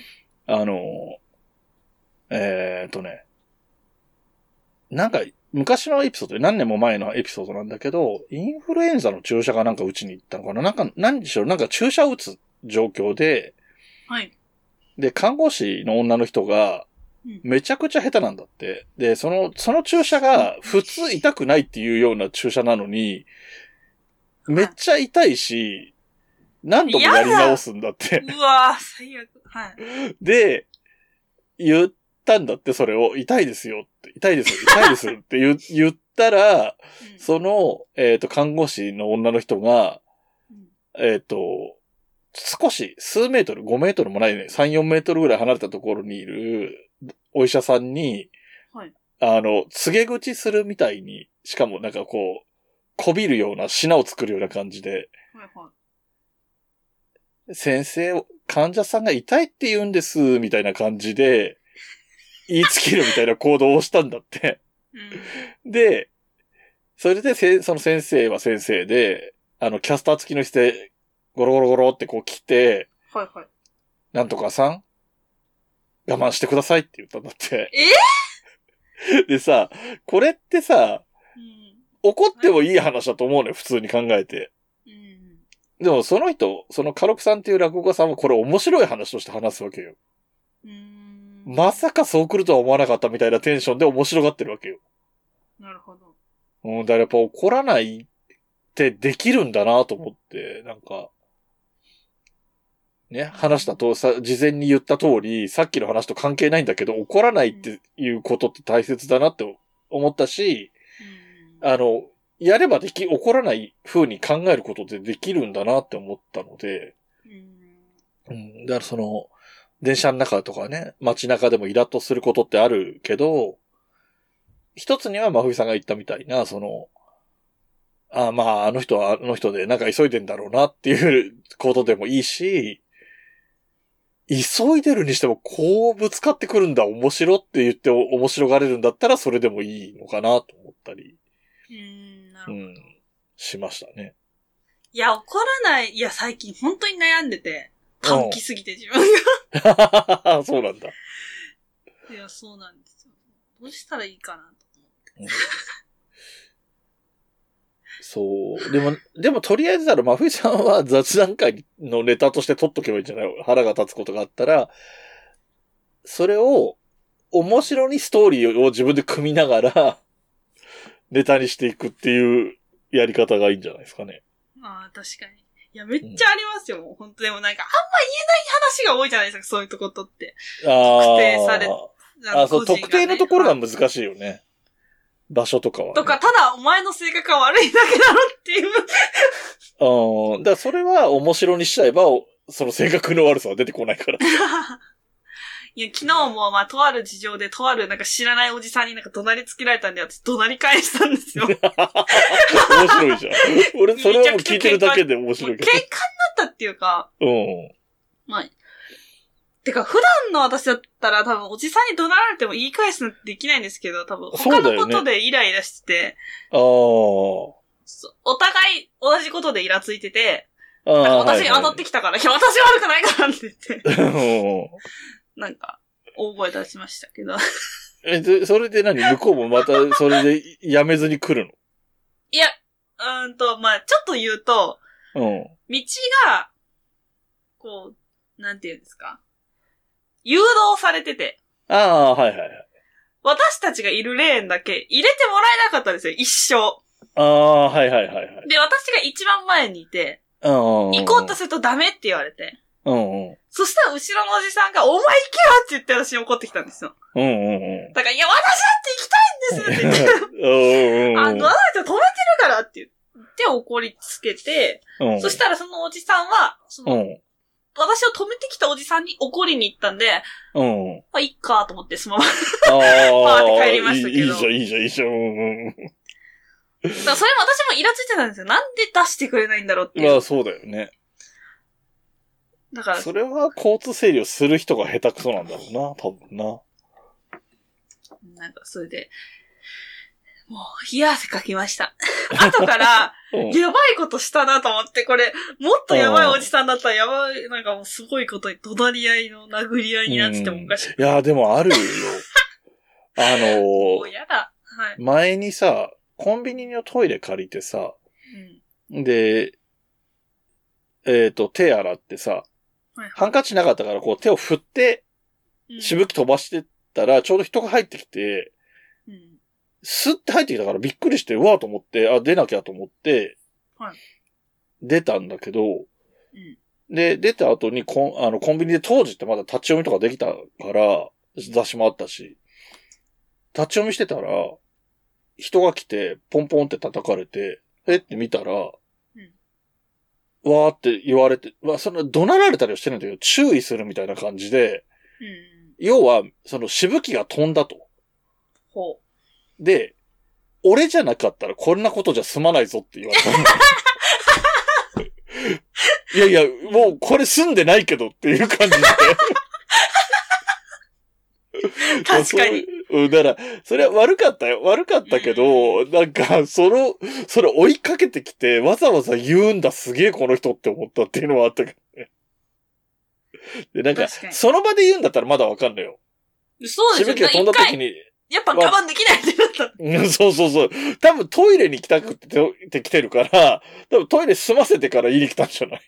あの、えーっとね、なんか昔のエピソードで、何年も前のエピソードなんだけど、インフルエンザの注射がなんか打ちに行ったのかななんか、何でしょう、なんか注射打つ状況で、はい。で、看護師の女の人がうん、めちゃくちゃ下手なんだって。で、その、その注射が普通痛くないっていうような注射なのに、めっちゃ痛いし、何度もやり直すんだって。うわー、最悪。はい。で、言ったんだって、それを。痛いですよって。痛いですよ。痛いですよって言言ったら、うんその、えっ、と、看護師の女の人が、うんえっ、と、少し数メートル、5メートルもないね、3、4メートルぐらい離れたところにいるお医者さんに、はいあの、告げ口するみたいに、しかもなんかこう、こびるような、品を作るような感じで、はいはい。先生、患者さんが痛いって言うんです、みたいな感じで、言いつけるみたいな行動をしたんだって。うん。で、それでせ、その先生は先生で、あの、キャスター付きの人で、ゴロゴロゴロってこう来て、はいはい。なんとかさん、我慢してくださいって言ったんだって。 でさ、これってさ、うん。怒ってもいい話だと思うね、普通に考えて。うん。でもその人、そのカロクさんっていう落語家さんはこれ面白い話として話すわけよ。うーん。まさかそう来るとは思わなかったみたいなテンションで面白がってるわけよ。なるほど。うん、だからやっぱ怒らないってできるんだなと思って、なんか、ね、話したと、さ、事前に言った通り、さっきの話と関係ないんだけど、怒らないっていうことって大切だなって思ったし、うん。あの、やればでき、怒らない風に考えることってできるんだなって思ったので、うん。うん、だからその、電車の中とかね、街中でもイラッとすることってあるけど、一つには真冬さんが言ったみたいな、その、あまあ、あの人はあの人で、なんか急いでんだろうなっていうことでもいいし、急いでるにしても、こうぶつかってくるんだ、面白って言って面白がれるんだったら、それでもいいのかなと思ったり、うん。なるうほど。ん、しましたね。 いや、怒らない。いや、最近本当に悩んでて、短気すぎて自分そうなんだ。が。いや、そうなんですよ。どうしたらいいかなと思って。そう。でも、でもとりあえずだろ、真冬さんは雑談会のネタとして取っとけばいいんじゃない腹が立つことがあったら、それを、面白にストーリーを自分で組みながら、ネタにしていくっていうやり方がいいんじゃないですかね。ああ、確かに。いや、めっちゃありますよ、もう。本当でもなんか、あんま言えない話が多いじゃないですか、そういうとことって。あ特定されああ、そう、個人特がね定のところがはい難しいよね。場所とかはね、とか、ただ、お前の性格が悪いだけだろっていう。うん。だからそれは面白にしちゃえば、おその性格の悪さは出てこないから。いや、昨日も、まあ、とある事情で、とある、なんか知らないおじさんになんか怒鳴りつけられたんで、私怒鳴り返したんです よ。もう面白い じゃん。俺、それはもう聞いてるだけで面喧嘩白いにけなったっていうか、ど。うん。まあ、てか、普段の私だったら多分おじさんに怒鳴られても言い返すなんてできないんですけど、多分そ他うだのよこねとでイライラしてて、あーそお互い同じことでイラついてて、あなー。んか私に当たってききたから、いや、 私悪くないからって言って、た。うんなんか、大声出しましたけど。 え、でそれで何向こうもまた、それでやめずに来るいや、うーんと、まあ、ちょっと言うと、の道が、こう、なんて言うんですか。誘導されてて、うん。ああー、はいはいはい。私たちがいるレーンだけ入れてもらえなかったんですよ、一生。ああ、はいはいはいはい。で、私が一番前にいて、うんうんうん。行こうとするとダメって言われて。うんうん。そしたら後ろのおじさんが、お前行けよって言って私に怒ってきたんですよ。うん うんうん。だから、いや、私だって行きたいんですって言って、うんあうの、んあなた止めてるからって言って怒りつけて、うん。そしたらそのおじさんは、その、うん。私を止めてきたおじさんに怒りに行ったんで、うん。まあ、いっかと思って、そ のまま。だああーって帰りましたけどいいいじゃん、いいじゃん、いいじゃん。うんうんからそれも私もイラついてたんですよ。なんで出してくれないんだろうっていまう。あ、そうだよね。だから、それは交通整理をする人が下手くそなんだろうな、多分な。なんかそれで、もう、冷や汗かきました。 後から、うんやばいことしたなと思って、これ、もっとやばいおじさんだったら、やばい、なんかもうすごいことに、怒鳴り合いの殴り合いになっててもおかしくいや、でもあ るよ。あものう、やだ。はい。前にさ、コンビニのトイレ借りてさ、うん。で、えっ、と、手洗ってさ、はいハンカチなかったからこう手を振って、うんしぶき飛ばしてったら、ちょうど人が入ってきて、うん。スッて入ってきたからびっくりして、うわーと思って、あ、出なきゃと思って、はい出たんだけど、うん。で、出た後にコン、あの、コンビニで当時ってまだ立ち読みとかできたから、雑誌もあったし、立ち読みしてたら、人が来て、ポンポンって叩かれて、えって見たら、わーって言われて、まあ、その、怒鳴られたりはしてないんだけど、注意するみたいな感じで、うん。要は、その、しぶきが飛んだと。ほう。で、俺じゃなかったらこんなことじゃ済まないぞって言われた。いやいや、もうこれ済んでないけどっていう感じで。確かに。そう。うん、だから、それは悪かったよ。悪かったけど、なんか、その、それ追いかけてきて、わざわざ言うんだ、すげえこの人って思ったっていうのはあったけどね。で、なんか、確かにその場で言うんだったらまだわかんないよ。そうですしぶよきが飛んだ一回時に、やっぱ我慢できないってなった。うん そうそうそう。多分トイレに行きたくてて来てるから、多分トイレ済ませてから言いに来たんじゃない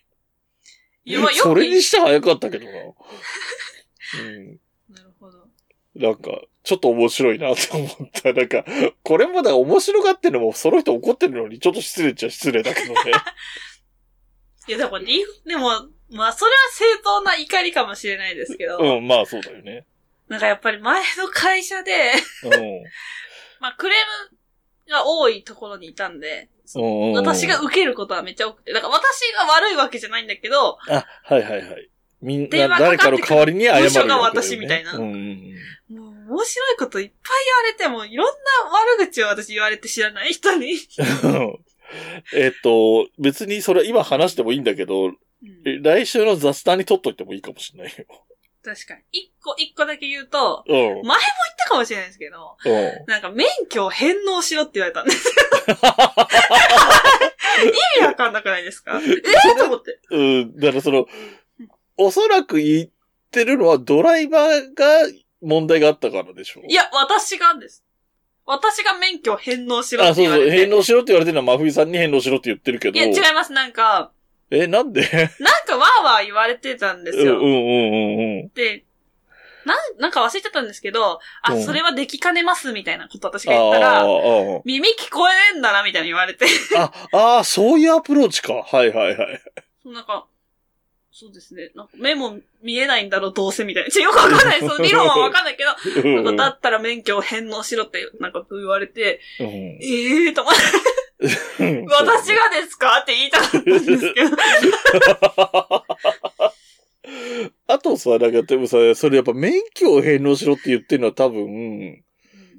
いやまあよくそれにしては早かった けどな。うん。なるほど。なんか、ちょっと面白いなと思った。 なんか、これもだから面白がってるのも、その人怒ってるのに、ちょっと失礼っちゃ失礼だ けどね。いや、でも、リでも、まあ、それは正当な怒りかもしれないですけど、うん、まあそうだよね。なんかやっぱり前の会社で、 うん。まあ、クレームが多いところにいたんで、うんうんうん私が受けることはめっちゃ多くて、だから私が悪いわけじゃないんだけど、あ、はいはいはい。みん電な、話かかっ誰てくかるの代わりに謝るよ、部署が私みたいなうんうんうん。もう面白いこといっぱい言われて、もういろんな悪口を私言われて知らない人に。 えっと、別にそれは今話してもいいんだけど、うんえ来週の雑談に取っといてもいいかもしれない確かに。一個一個だけ言うと、よ。前も言ったかもしれないですけど、うん。うん。なんか免許を返納しろって言われたん ですよ。意味わかんなくないですかえー、と思って。うん、だからその、おそらく言ってるのはドライバーが問題があったからでしょいや、私がです。私が免許を返納しろってあ、そう言われそう、て。返納しろって言われてるのは真冬さんに返納しろって言ってるけど。いや、違います。なんか、え、なんでなんかわーわー言われてたんでうすんうんよ。うんうん。で、なん、なんか忘れてたんですけど、あ、うんそれはできかねますみたいなこと私あが言ったら、ー耳聞こえねえんだなみたいに言われて。 あー、ああー、そういうアプローチか。はいはいはい。なんか、そうですね。なんか目も見えないんだろう、どうせみたいな。ちょよくわかんない。その理論はわかんないけど、うんなんかだったら免許を返納しろって、なんか言われて、うんええーと思って、うん私がですかって言いたかったんですけど。あとさ、なんかでもさ、それやっぱ免許を返納しろって言ってるのは多分、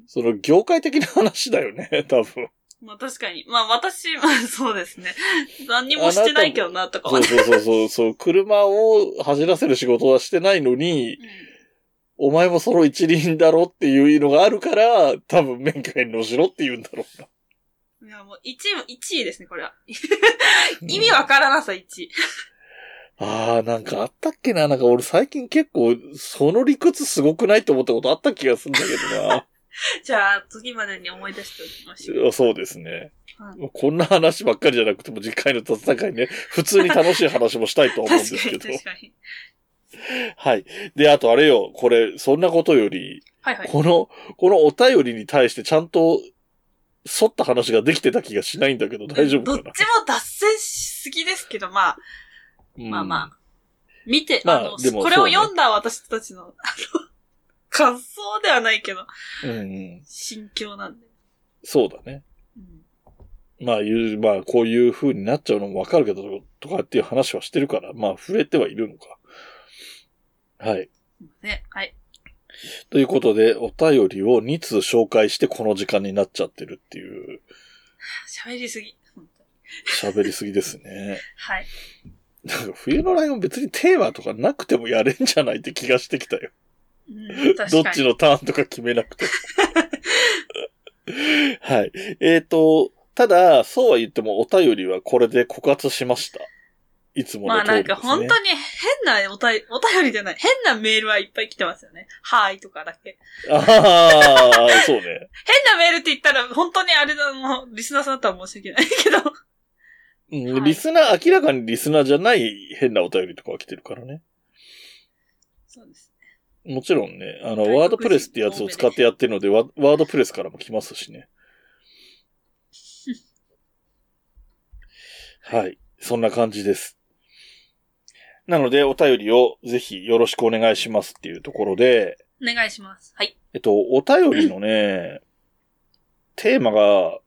その業界的な話だよね、多分。 まあ確かに。まあ私、まあそうですね。何にもしてないけどな、とか そはうね。そうそうそう、そう、車を走らせる仕事はしてないのに、お前もその一輪だろっていうのがあるから、多分免許返納しろって言うんだろうな。うんいや、もう1位も、1位ですね、これは。意味わからなさ1位。ああ、なんかあったっけななんか俺最近結構、その理屈すごくないって思ったことあった気がするんだけじゃあ、次までに思い出しておきましょう。 どな。そうですねは。こんな話ばっかりじゃなくても、次回の雑談会ね、普通に楽しい話もしたいとは思うん で確すかけに、ど。確かに。はい。で、あとあれよ、これ、そんなことより、はいはい。この、このお便りに対してちゃんと、沿った話ができてた気がしないんだけど、大丈夫どっかちなも脱線しすぎですけど、まあ、まあまあ。見て、まああの、でもこれそうをね読んだ私たちの、あ の、感想ではないけど、あ。うんうん。心境なんで。そうだね。うんまあいう、まあこういう風になっちゃうのもわかるけど、とかっていう話はしてるから、まあ触れてはいるのか。はい。ね、はい。ということで、お便りを2通紹介してこの時間になっちゃってるっていう、喋りすぎ。本当に喋りすぎですね。はい。なんか冬のライオン別にテーマとかなくてもやれんじゃないって気がしてきたよ。うん、 確かどに。っちのターンとか決めなくても。 はい。えっ、と、ただ、そうは言ってもお便りはこれで枯渇しました。いつもまのあ通りなでんすね。か本当に変なおたお便りじゃない。変なメールはいっぱい来てますよね。はーいとかだけ。ああ、そうね。変なメールって言ったら本当にあれだ、もうリスナーさんだったら申し訳ないけど。うんはいリスナー、明らかにリスナーじゃない変なお便りとかは来てるからね。そうですね。もちろんね、あ外国の、人ワードプレスってやつを使ってやってるので、ワワードプレスからも来ます しね。はい。そんな感じです。なので、お便りをぜひよろしくお願いしますっていうところで、お願いします。はい。えっと、お便り のね、テーマが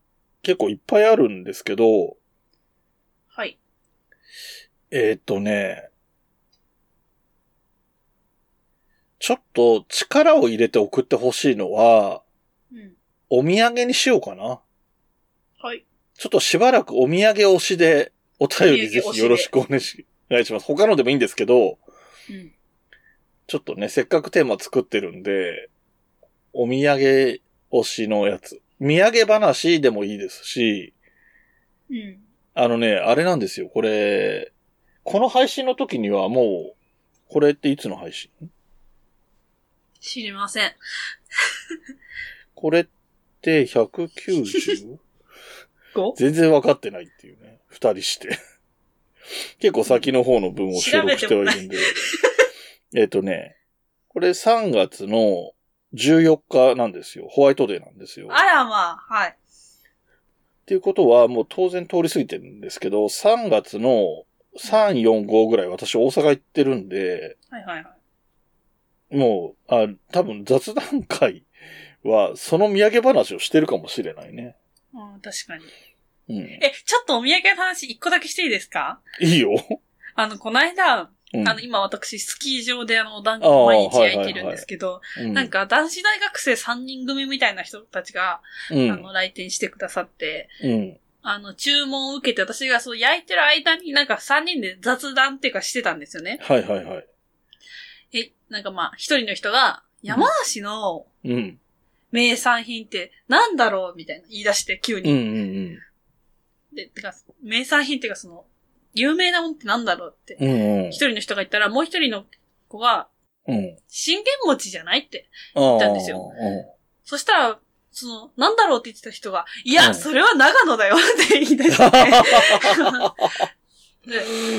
結構いっぱいあるんですけど、はい。えーっとね、ちょっと力を入れて送ってほしいのは、うん。お土産にしようかな。はい。ちょっとしばらくお土産推しで、お便りぜお土産推しひでよろしくお願いします。他のでもいいんですけど、うん。ちょっとね、せっかくテーマ作ってるんで、お土産推しのやつ。土産話でもいいですし、うん。あのね、あれなんですよ。これ、この配信の時にはもう、これっていつの配信知りません。これっ て 190? ご全然分かってないっていうね。二人して。 結構先の方の分を収録してはいるんで。えっとね、これ3月の14日なんですよ。ホワイトデーなんですよ。あらまあ、はい。っていうことは、もう当然通り過ぎてるんですけど、3月の3、4、5ぐらい私大阪行ってるんで、はいはいはい。もう、あ、多分雑談会は、その土産話をしてるかもしれないね。うん、確かに。うん。え、ちょっとお土産の話一個だけしていいですかいいよ。あの、この間、うんあの、今私、スキー場であの、お団あ子ー毎日焼いてるんですけど、うんなん、か男子大学生3人組みたいな人たちが、うあん。の、来店してくださって、うん。あの、注文を受けて、私がそう焼いてる間になんか3人で雑談っていうかしてたんですよね。はいはいはい。え、なんかまあ、一人の人が、山梨のうん。名産品ってなんだろうみたいな言い出して、急うんうに。んうん。で、てか、名産品っていうかその、有名なもんってなんだろうって。うんうん一。人の人が言ったら、もう一人の子が、うん。信玄餅じゃないって。あたあんですよそしたら、その、なんだろうって言ってた人が、いや、うんそれは長野だよ って言い出 して、で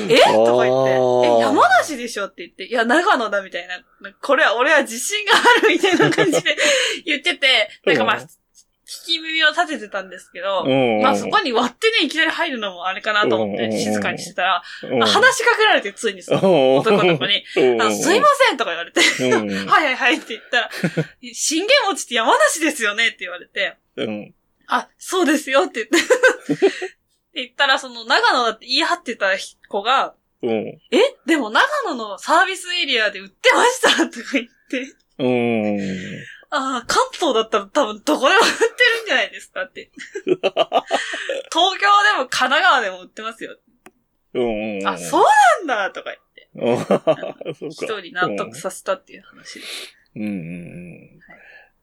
えとか言って、え、山梨でしょって言って、いや、長野だみたいな、これは俺は自信があるみたいな感じで 言ってて、なんかまあ、うん聞き耳を立ててたんですけど、うんうんまあそこに割ってね、いきなり入るのもあれかなと思っうんうんうて、ん静かにしてたら、うんあ話しかけられて、ついにそのうん男の子に、うんあのすいませんとか言われて、うんはいはいはいって言 ったら、信玄餅って山梨ですよねって言われて、うん。あ、 そうですよって言って、って言ったら、その長野だって言い張ってた子が、うん。えでも長野のサービスエリアで売ってましたとか言って。うん。ああ、関東だったら多分どこでも売ってるんじゃないですか って。東京でも神奈川でも売ってますよ。うん。あ、そうなんだとか言ってうん。そうか。一人納得させたっていう話です。うんうんうん。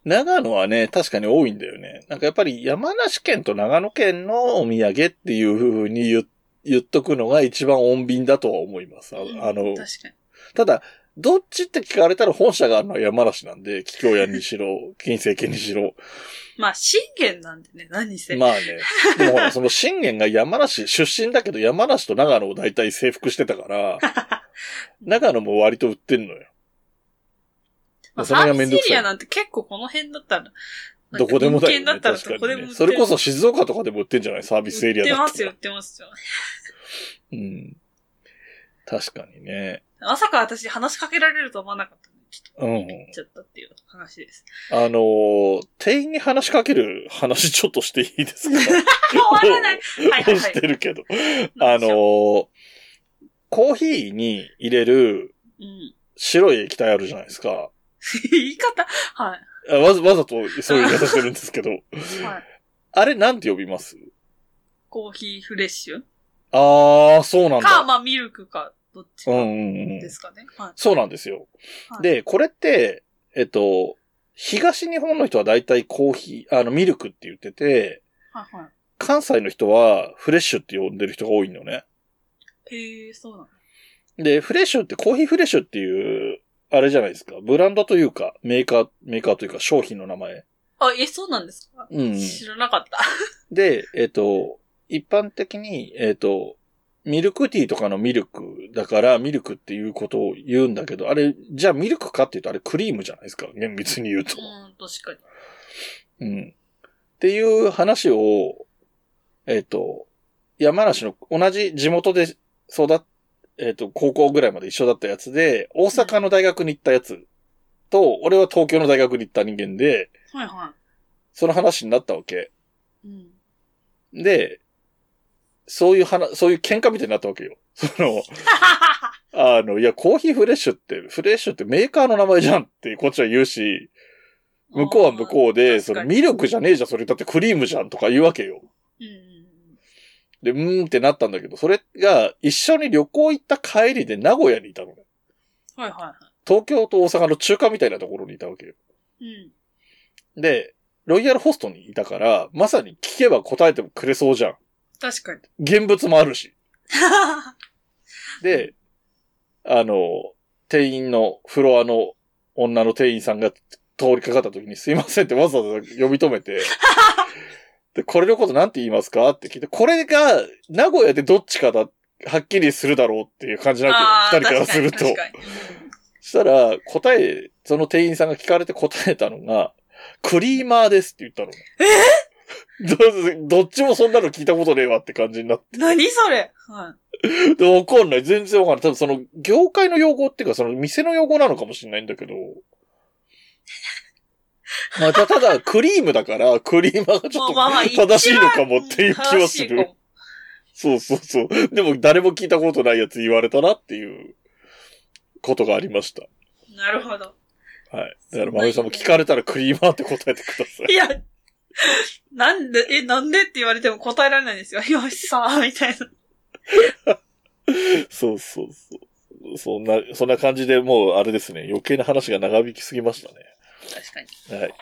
長野はね、確かに多いんだよね。なんかやっぱり山梨県と長野県のお土産っていうふうに言っ言っとくのが一番穏便だとは思います。ああうのん、確かに。ただ、どっちって聞かれたら本社があるのは山梨なんで、桔梗屋にし ろ、金星家にしろ。まあ、信玄なんでね、何せ。 まあね。でもほら、その信玄が山梨、出身だけど山梨と長野を大体征服してたから、 長野も割と売ってんのよ。まあ、そサれーがめビんスどエくさいリアなんて結構この辺だったら、なんかどこでもだよ、ね。人間だったら確かどにこでも売ねってるそれこそ静岡とかでも売ってんじゃないサービスエリアだ売ってまったすよ、ら売ってますよ。うん。確かにね。まさか私話しかけられると思わなかったんで、ちょっと、うんびっちゃったっていう話です。あのー店員に話しかける話ちょっとしていいですか終わらない。はい はいはしてい。るけど。あなん でのしーコーヒーに入れるうん。白い液体あるじゃないですか。言い方、はあわざわざとそういう言い方してるんです けど。い。はい。あれなんて呼びますコーヒーフレッシュあー、そうなんか、だ。まあ、ミルクか、どっちうんうかんうんで。すかね。はい。そうなんですよ。はいで、これって、えっと、東日本の人は大体コーヒー、あの、ミルクって言ってて、はいは関西の人はフレッシュって呼んでる人が多いのね。い。へえ、そうなの。で、フレッシュってコーヒーフレッシュっていう、あれじゃないですか。ブランドというか、メーカー、メーカーというか商品の名前。あ、え、そうなんですかうん。知らなかった。で、えっと、一般的に、えっと、ミルクティーとかのミルクだから、ミルクっていうことを言うんだけど、あれ、じゃあミルクかっていうとあれクリームじゃないですか。厳密に言うと。うん、確かに。うん。っていう話を、えっ、と、山梨の同じ地元で育っ、えっ、と、高校ぐらいまで一緒だったやつで、大阪の大学に行ったやつと、俺は東京の大学に行った人間で、はいはその話になったわけ。い。うん。で、そういう話、そういう喧嘩みたいになったわけよ。 その、あの、いや、コーヒーフレッシュって、フレッシュってメーカーの名前じゃんって、こっちは言うし、向こうは向こうで、そのミルクじゃねえじゃん、それだってクリームじゃんとか言うわけよ。うんうんうん。で、うーんってなったんだけど、それが一緒に旅行行った帰りで名古屋にいたのね。はいはいは東京と大阪の中間みたいなところにいたわけよ。い。うん。で、ロイヤルホストにいたから、まさに聞けば答えてもくれそうじゃん。確かに。現物もあるし。で、あの、店員のフロアの女の店員さんが通りかかった時にすいませんってわざわざ呼び止 めて、で、これのことなんて言いますかって聞いて、これが名古屋でどっちかだ、はっきりするだろうっていう感じなあわーけよ。二人からすると。確かに確かにしたら、答え、その店員さんが聞かれて答えたのが、クリーマーですって言ったの。え どどっちもそんなの聞いたことねえわって感じになって。うん何それはでわかんない。全然わかんない。多分その、業界の用語っていうか、その店の用語なのかもしれないんだけ ど。まあ、たただ、クリームだから、クリーマーがい。ちまょあっまあまあ、と正しいのかもっていう気はす一番正しいかる。もそうそうそう。でも、誰も聞いたことないやつ言われたなっていうことがありました。なるほ ど。はい。だから、まゆみさんも聞かれたらクリーマーって答えてく ださい。いや、なんで、え、なんでって言われても答えられないんですよ。 よしさー、みたいな。そうそうそう。そんな、そんな感じでもう、あれですね。余計な話が長引きすぎましたね。確かに。はい。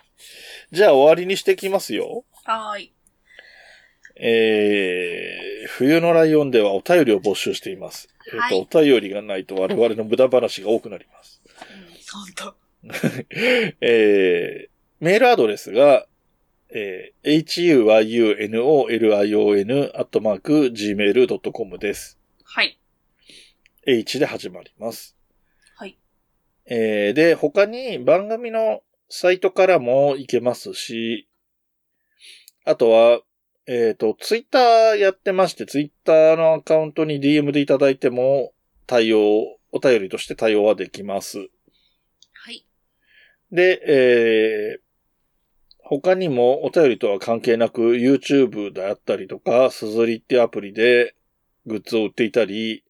じゃあ、終わりにしていきますよ。はーい。えー、冬のライオンではお便りを募集しています。はいえっ、と、お便りがないと我々の無駄話が多くなります。 ほんと。えー、メールアドレスが、えー、huyunolion アットマーク gmail.com です。はい。 H で始まります。はい。えーで、他に番組のサイトからも行けますし、あとは、えっ、と、ツイッターやってまして、ツイッターのアカウントに DM でいただいても対応、お便りとして対応はできます。はい。で、えー他にもお便りとは関係なく YouTube であったりとか、すずりっていうアプリでグッズを売っていたり、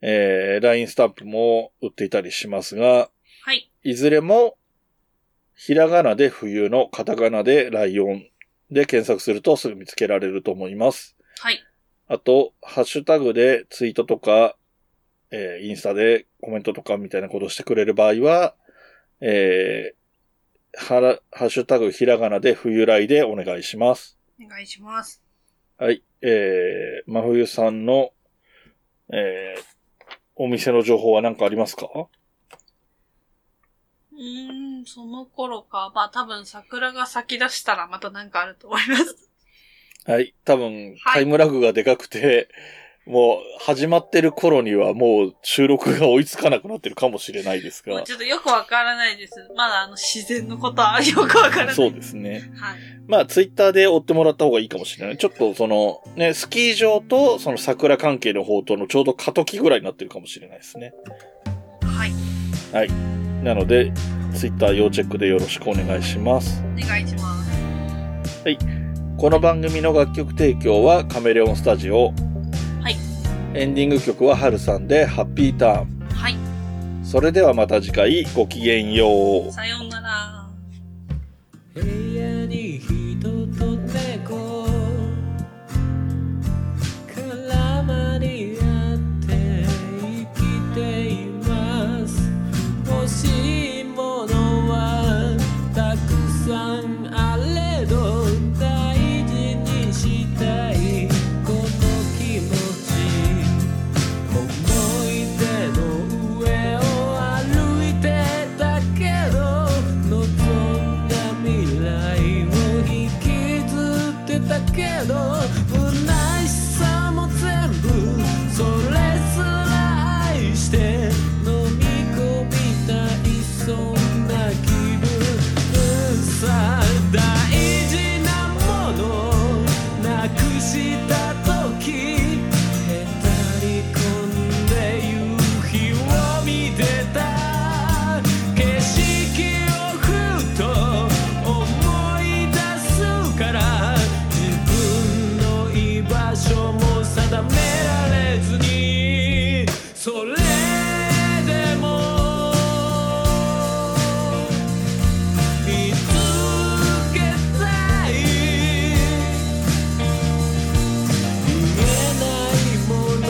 ええー、LINE スタンプも売っていたりしますが、はい。いずれも、ひらがなで冬の、カタカナでライオンで検索するとすぐ見つけられると思います。はい。あと、ハッシュタグでツイートとか、えーインスタでコメントとかみたいなことしてくれる場合は、えーはら、ハッシュタグひらがなで冬来でお願いします。お願いします。はい。えー、真冬さんの、えーお店の情報は何かありますかうーん、その頃か。まあ多分桜が咲き出したらまたなんかあると思います。はい。多分、はいタイムラグがでかくて、もう、始まってる頃にはもう収録が追いつかなくなってるかもしれないですもうが。ちょっとよくわからないです。まだあの自然のことはよくわからない。そうですね。はい。まあ、ツイッターで追ってもらった方がいいかもしれない。ちょっと、その、ね、スキー場と、その桜関係の方とのちょうど過渡期ぐらいになってるかもしれないですね。はい。なので、ツイッター要チェックでよろしくお願いします。お願いします。この番組の楽曲提供はカメレオンスタジオ。はい。エンディング曲はハルさんで、ハッピーターン。はい。それではまた次回、ごきげんよう。さようなら。部屋に人と猫絡まり合って生きています欲しいものはたくさんあれど大事にしたいこの気持ち「思い出の上を歩いてたけど」「望んだ未来を引きずってたけど」「虚しさも全部それすら愛して」「飲み込みたいそんな気分」「さ大事なものなくした時」「へたり込んで夕日を見てた」「景色をふと思い出すから」「自分の居場所も定められずに」「それでも見つけたい」「見えないもの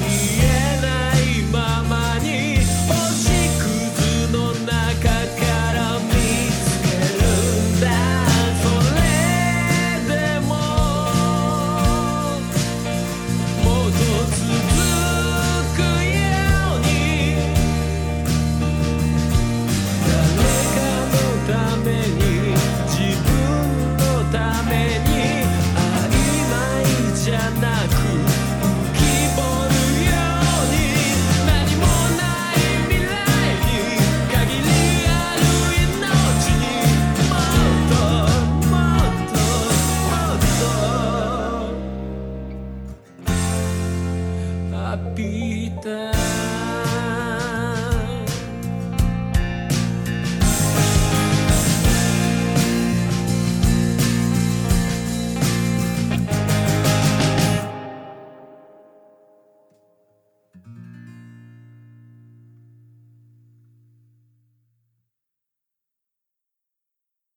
見えないままに星屑の中から見つけるんだ」「それでももっと続くように」「誰かのために自分のために」「曖昧じゃなく浮き彫るように」「何もない未来に限りある命にもっともっともっと」「habita」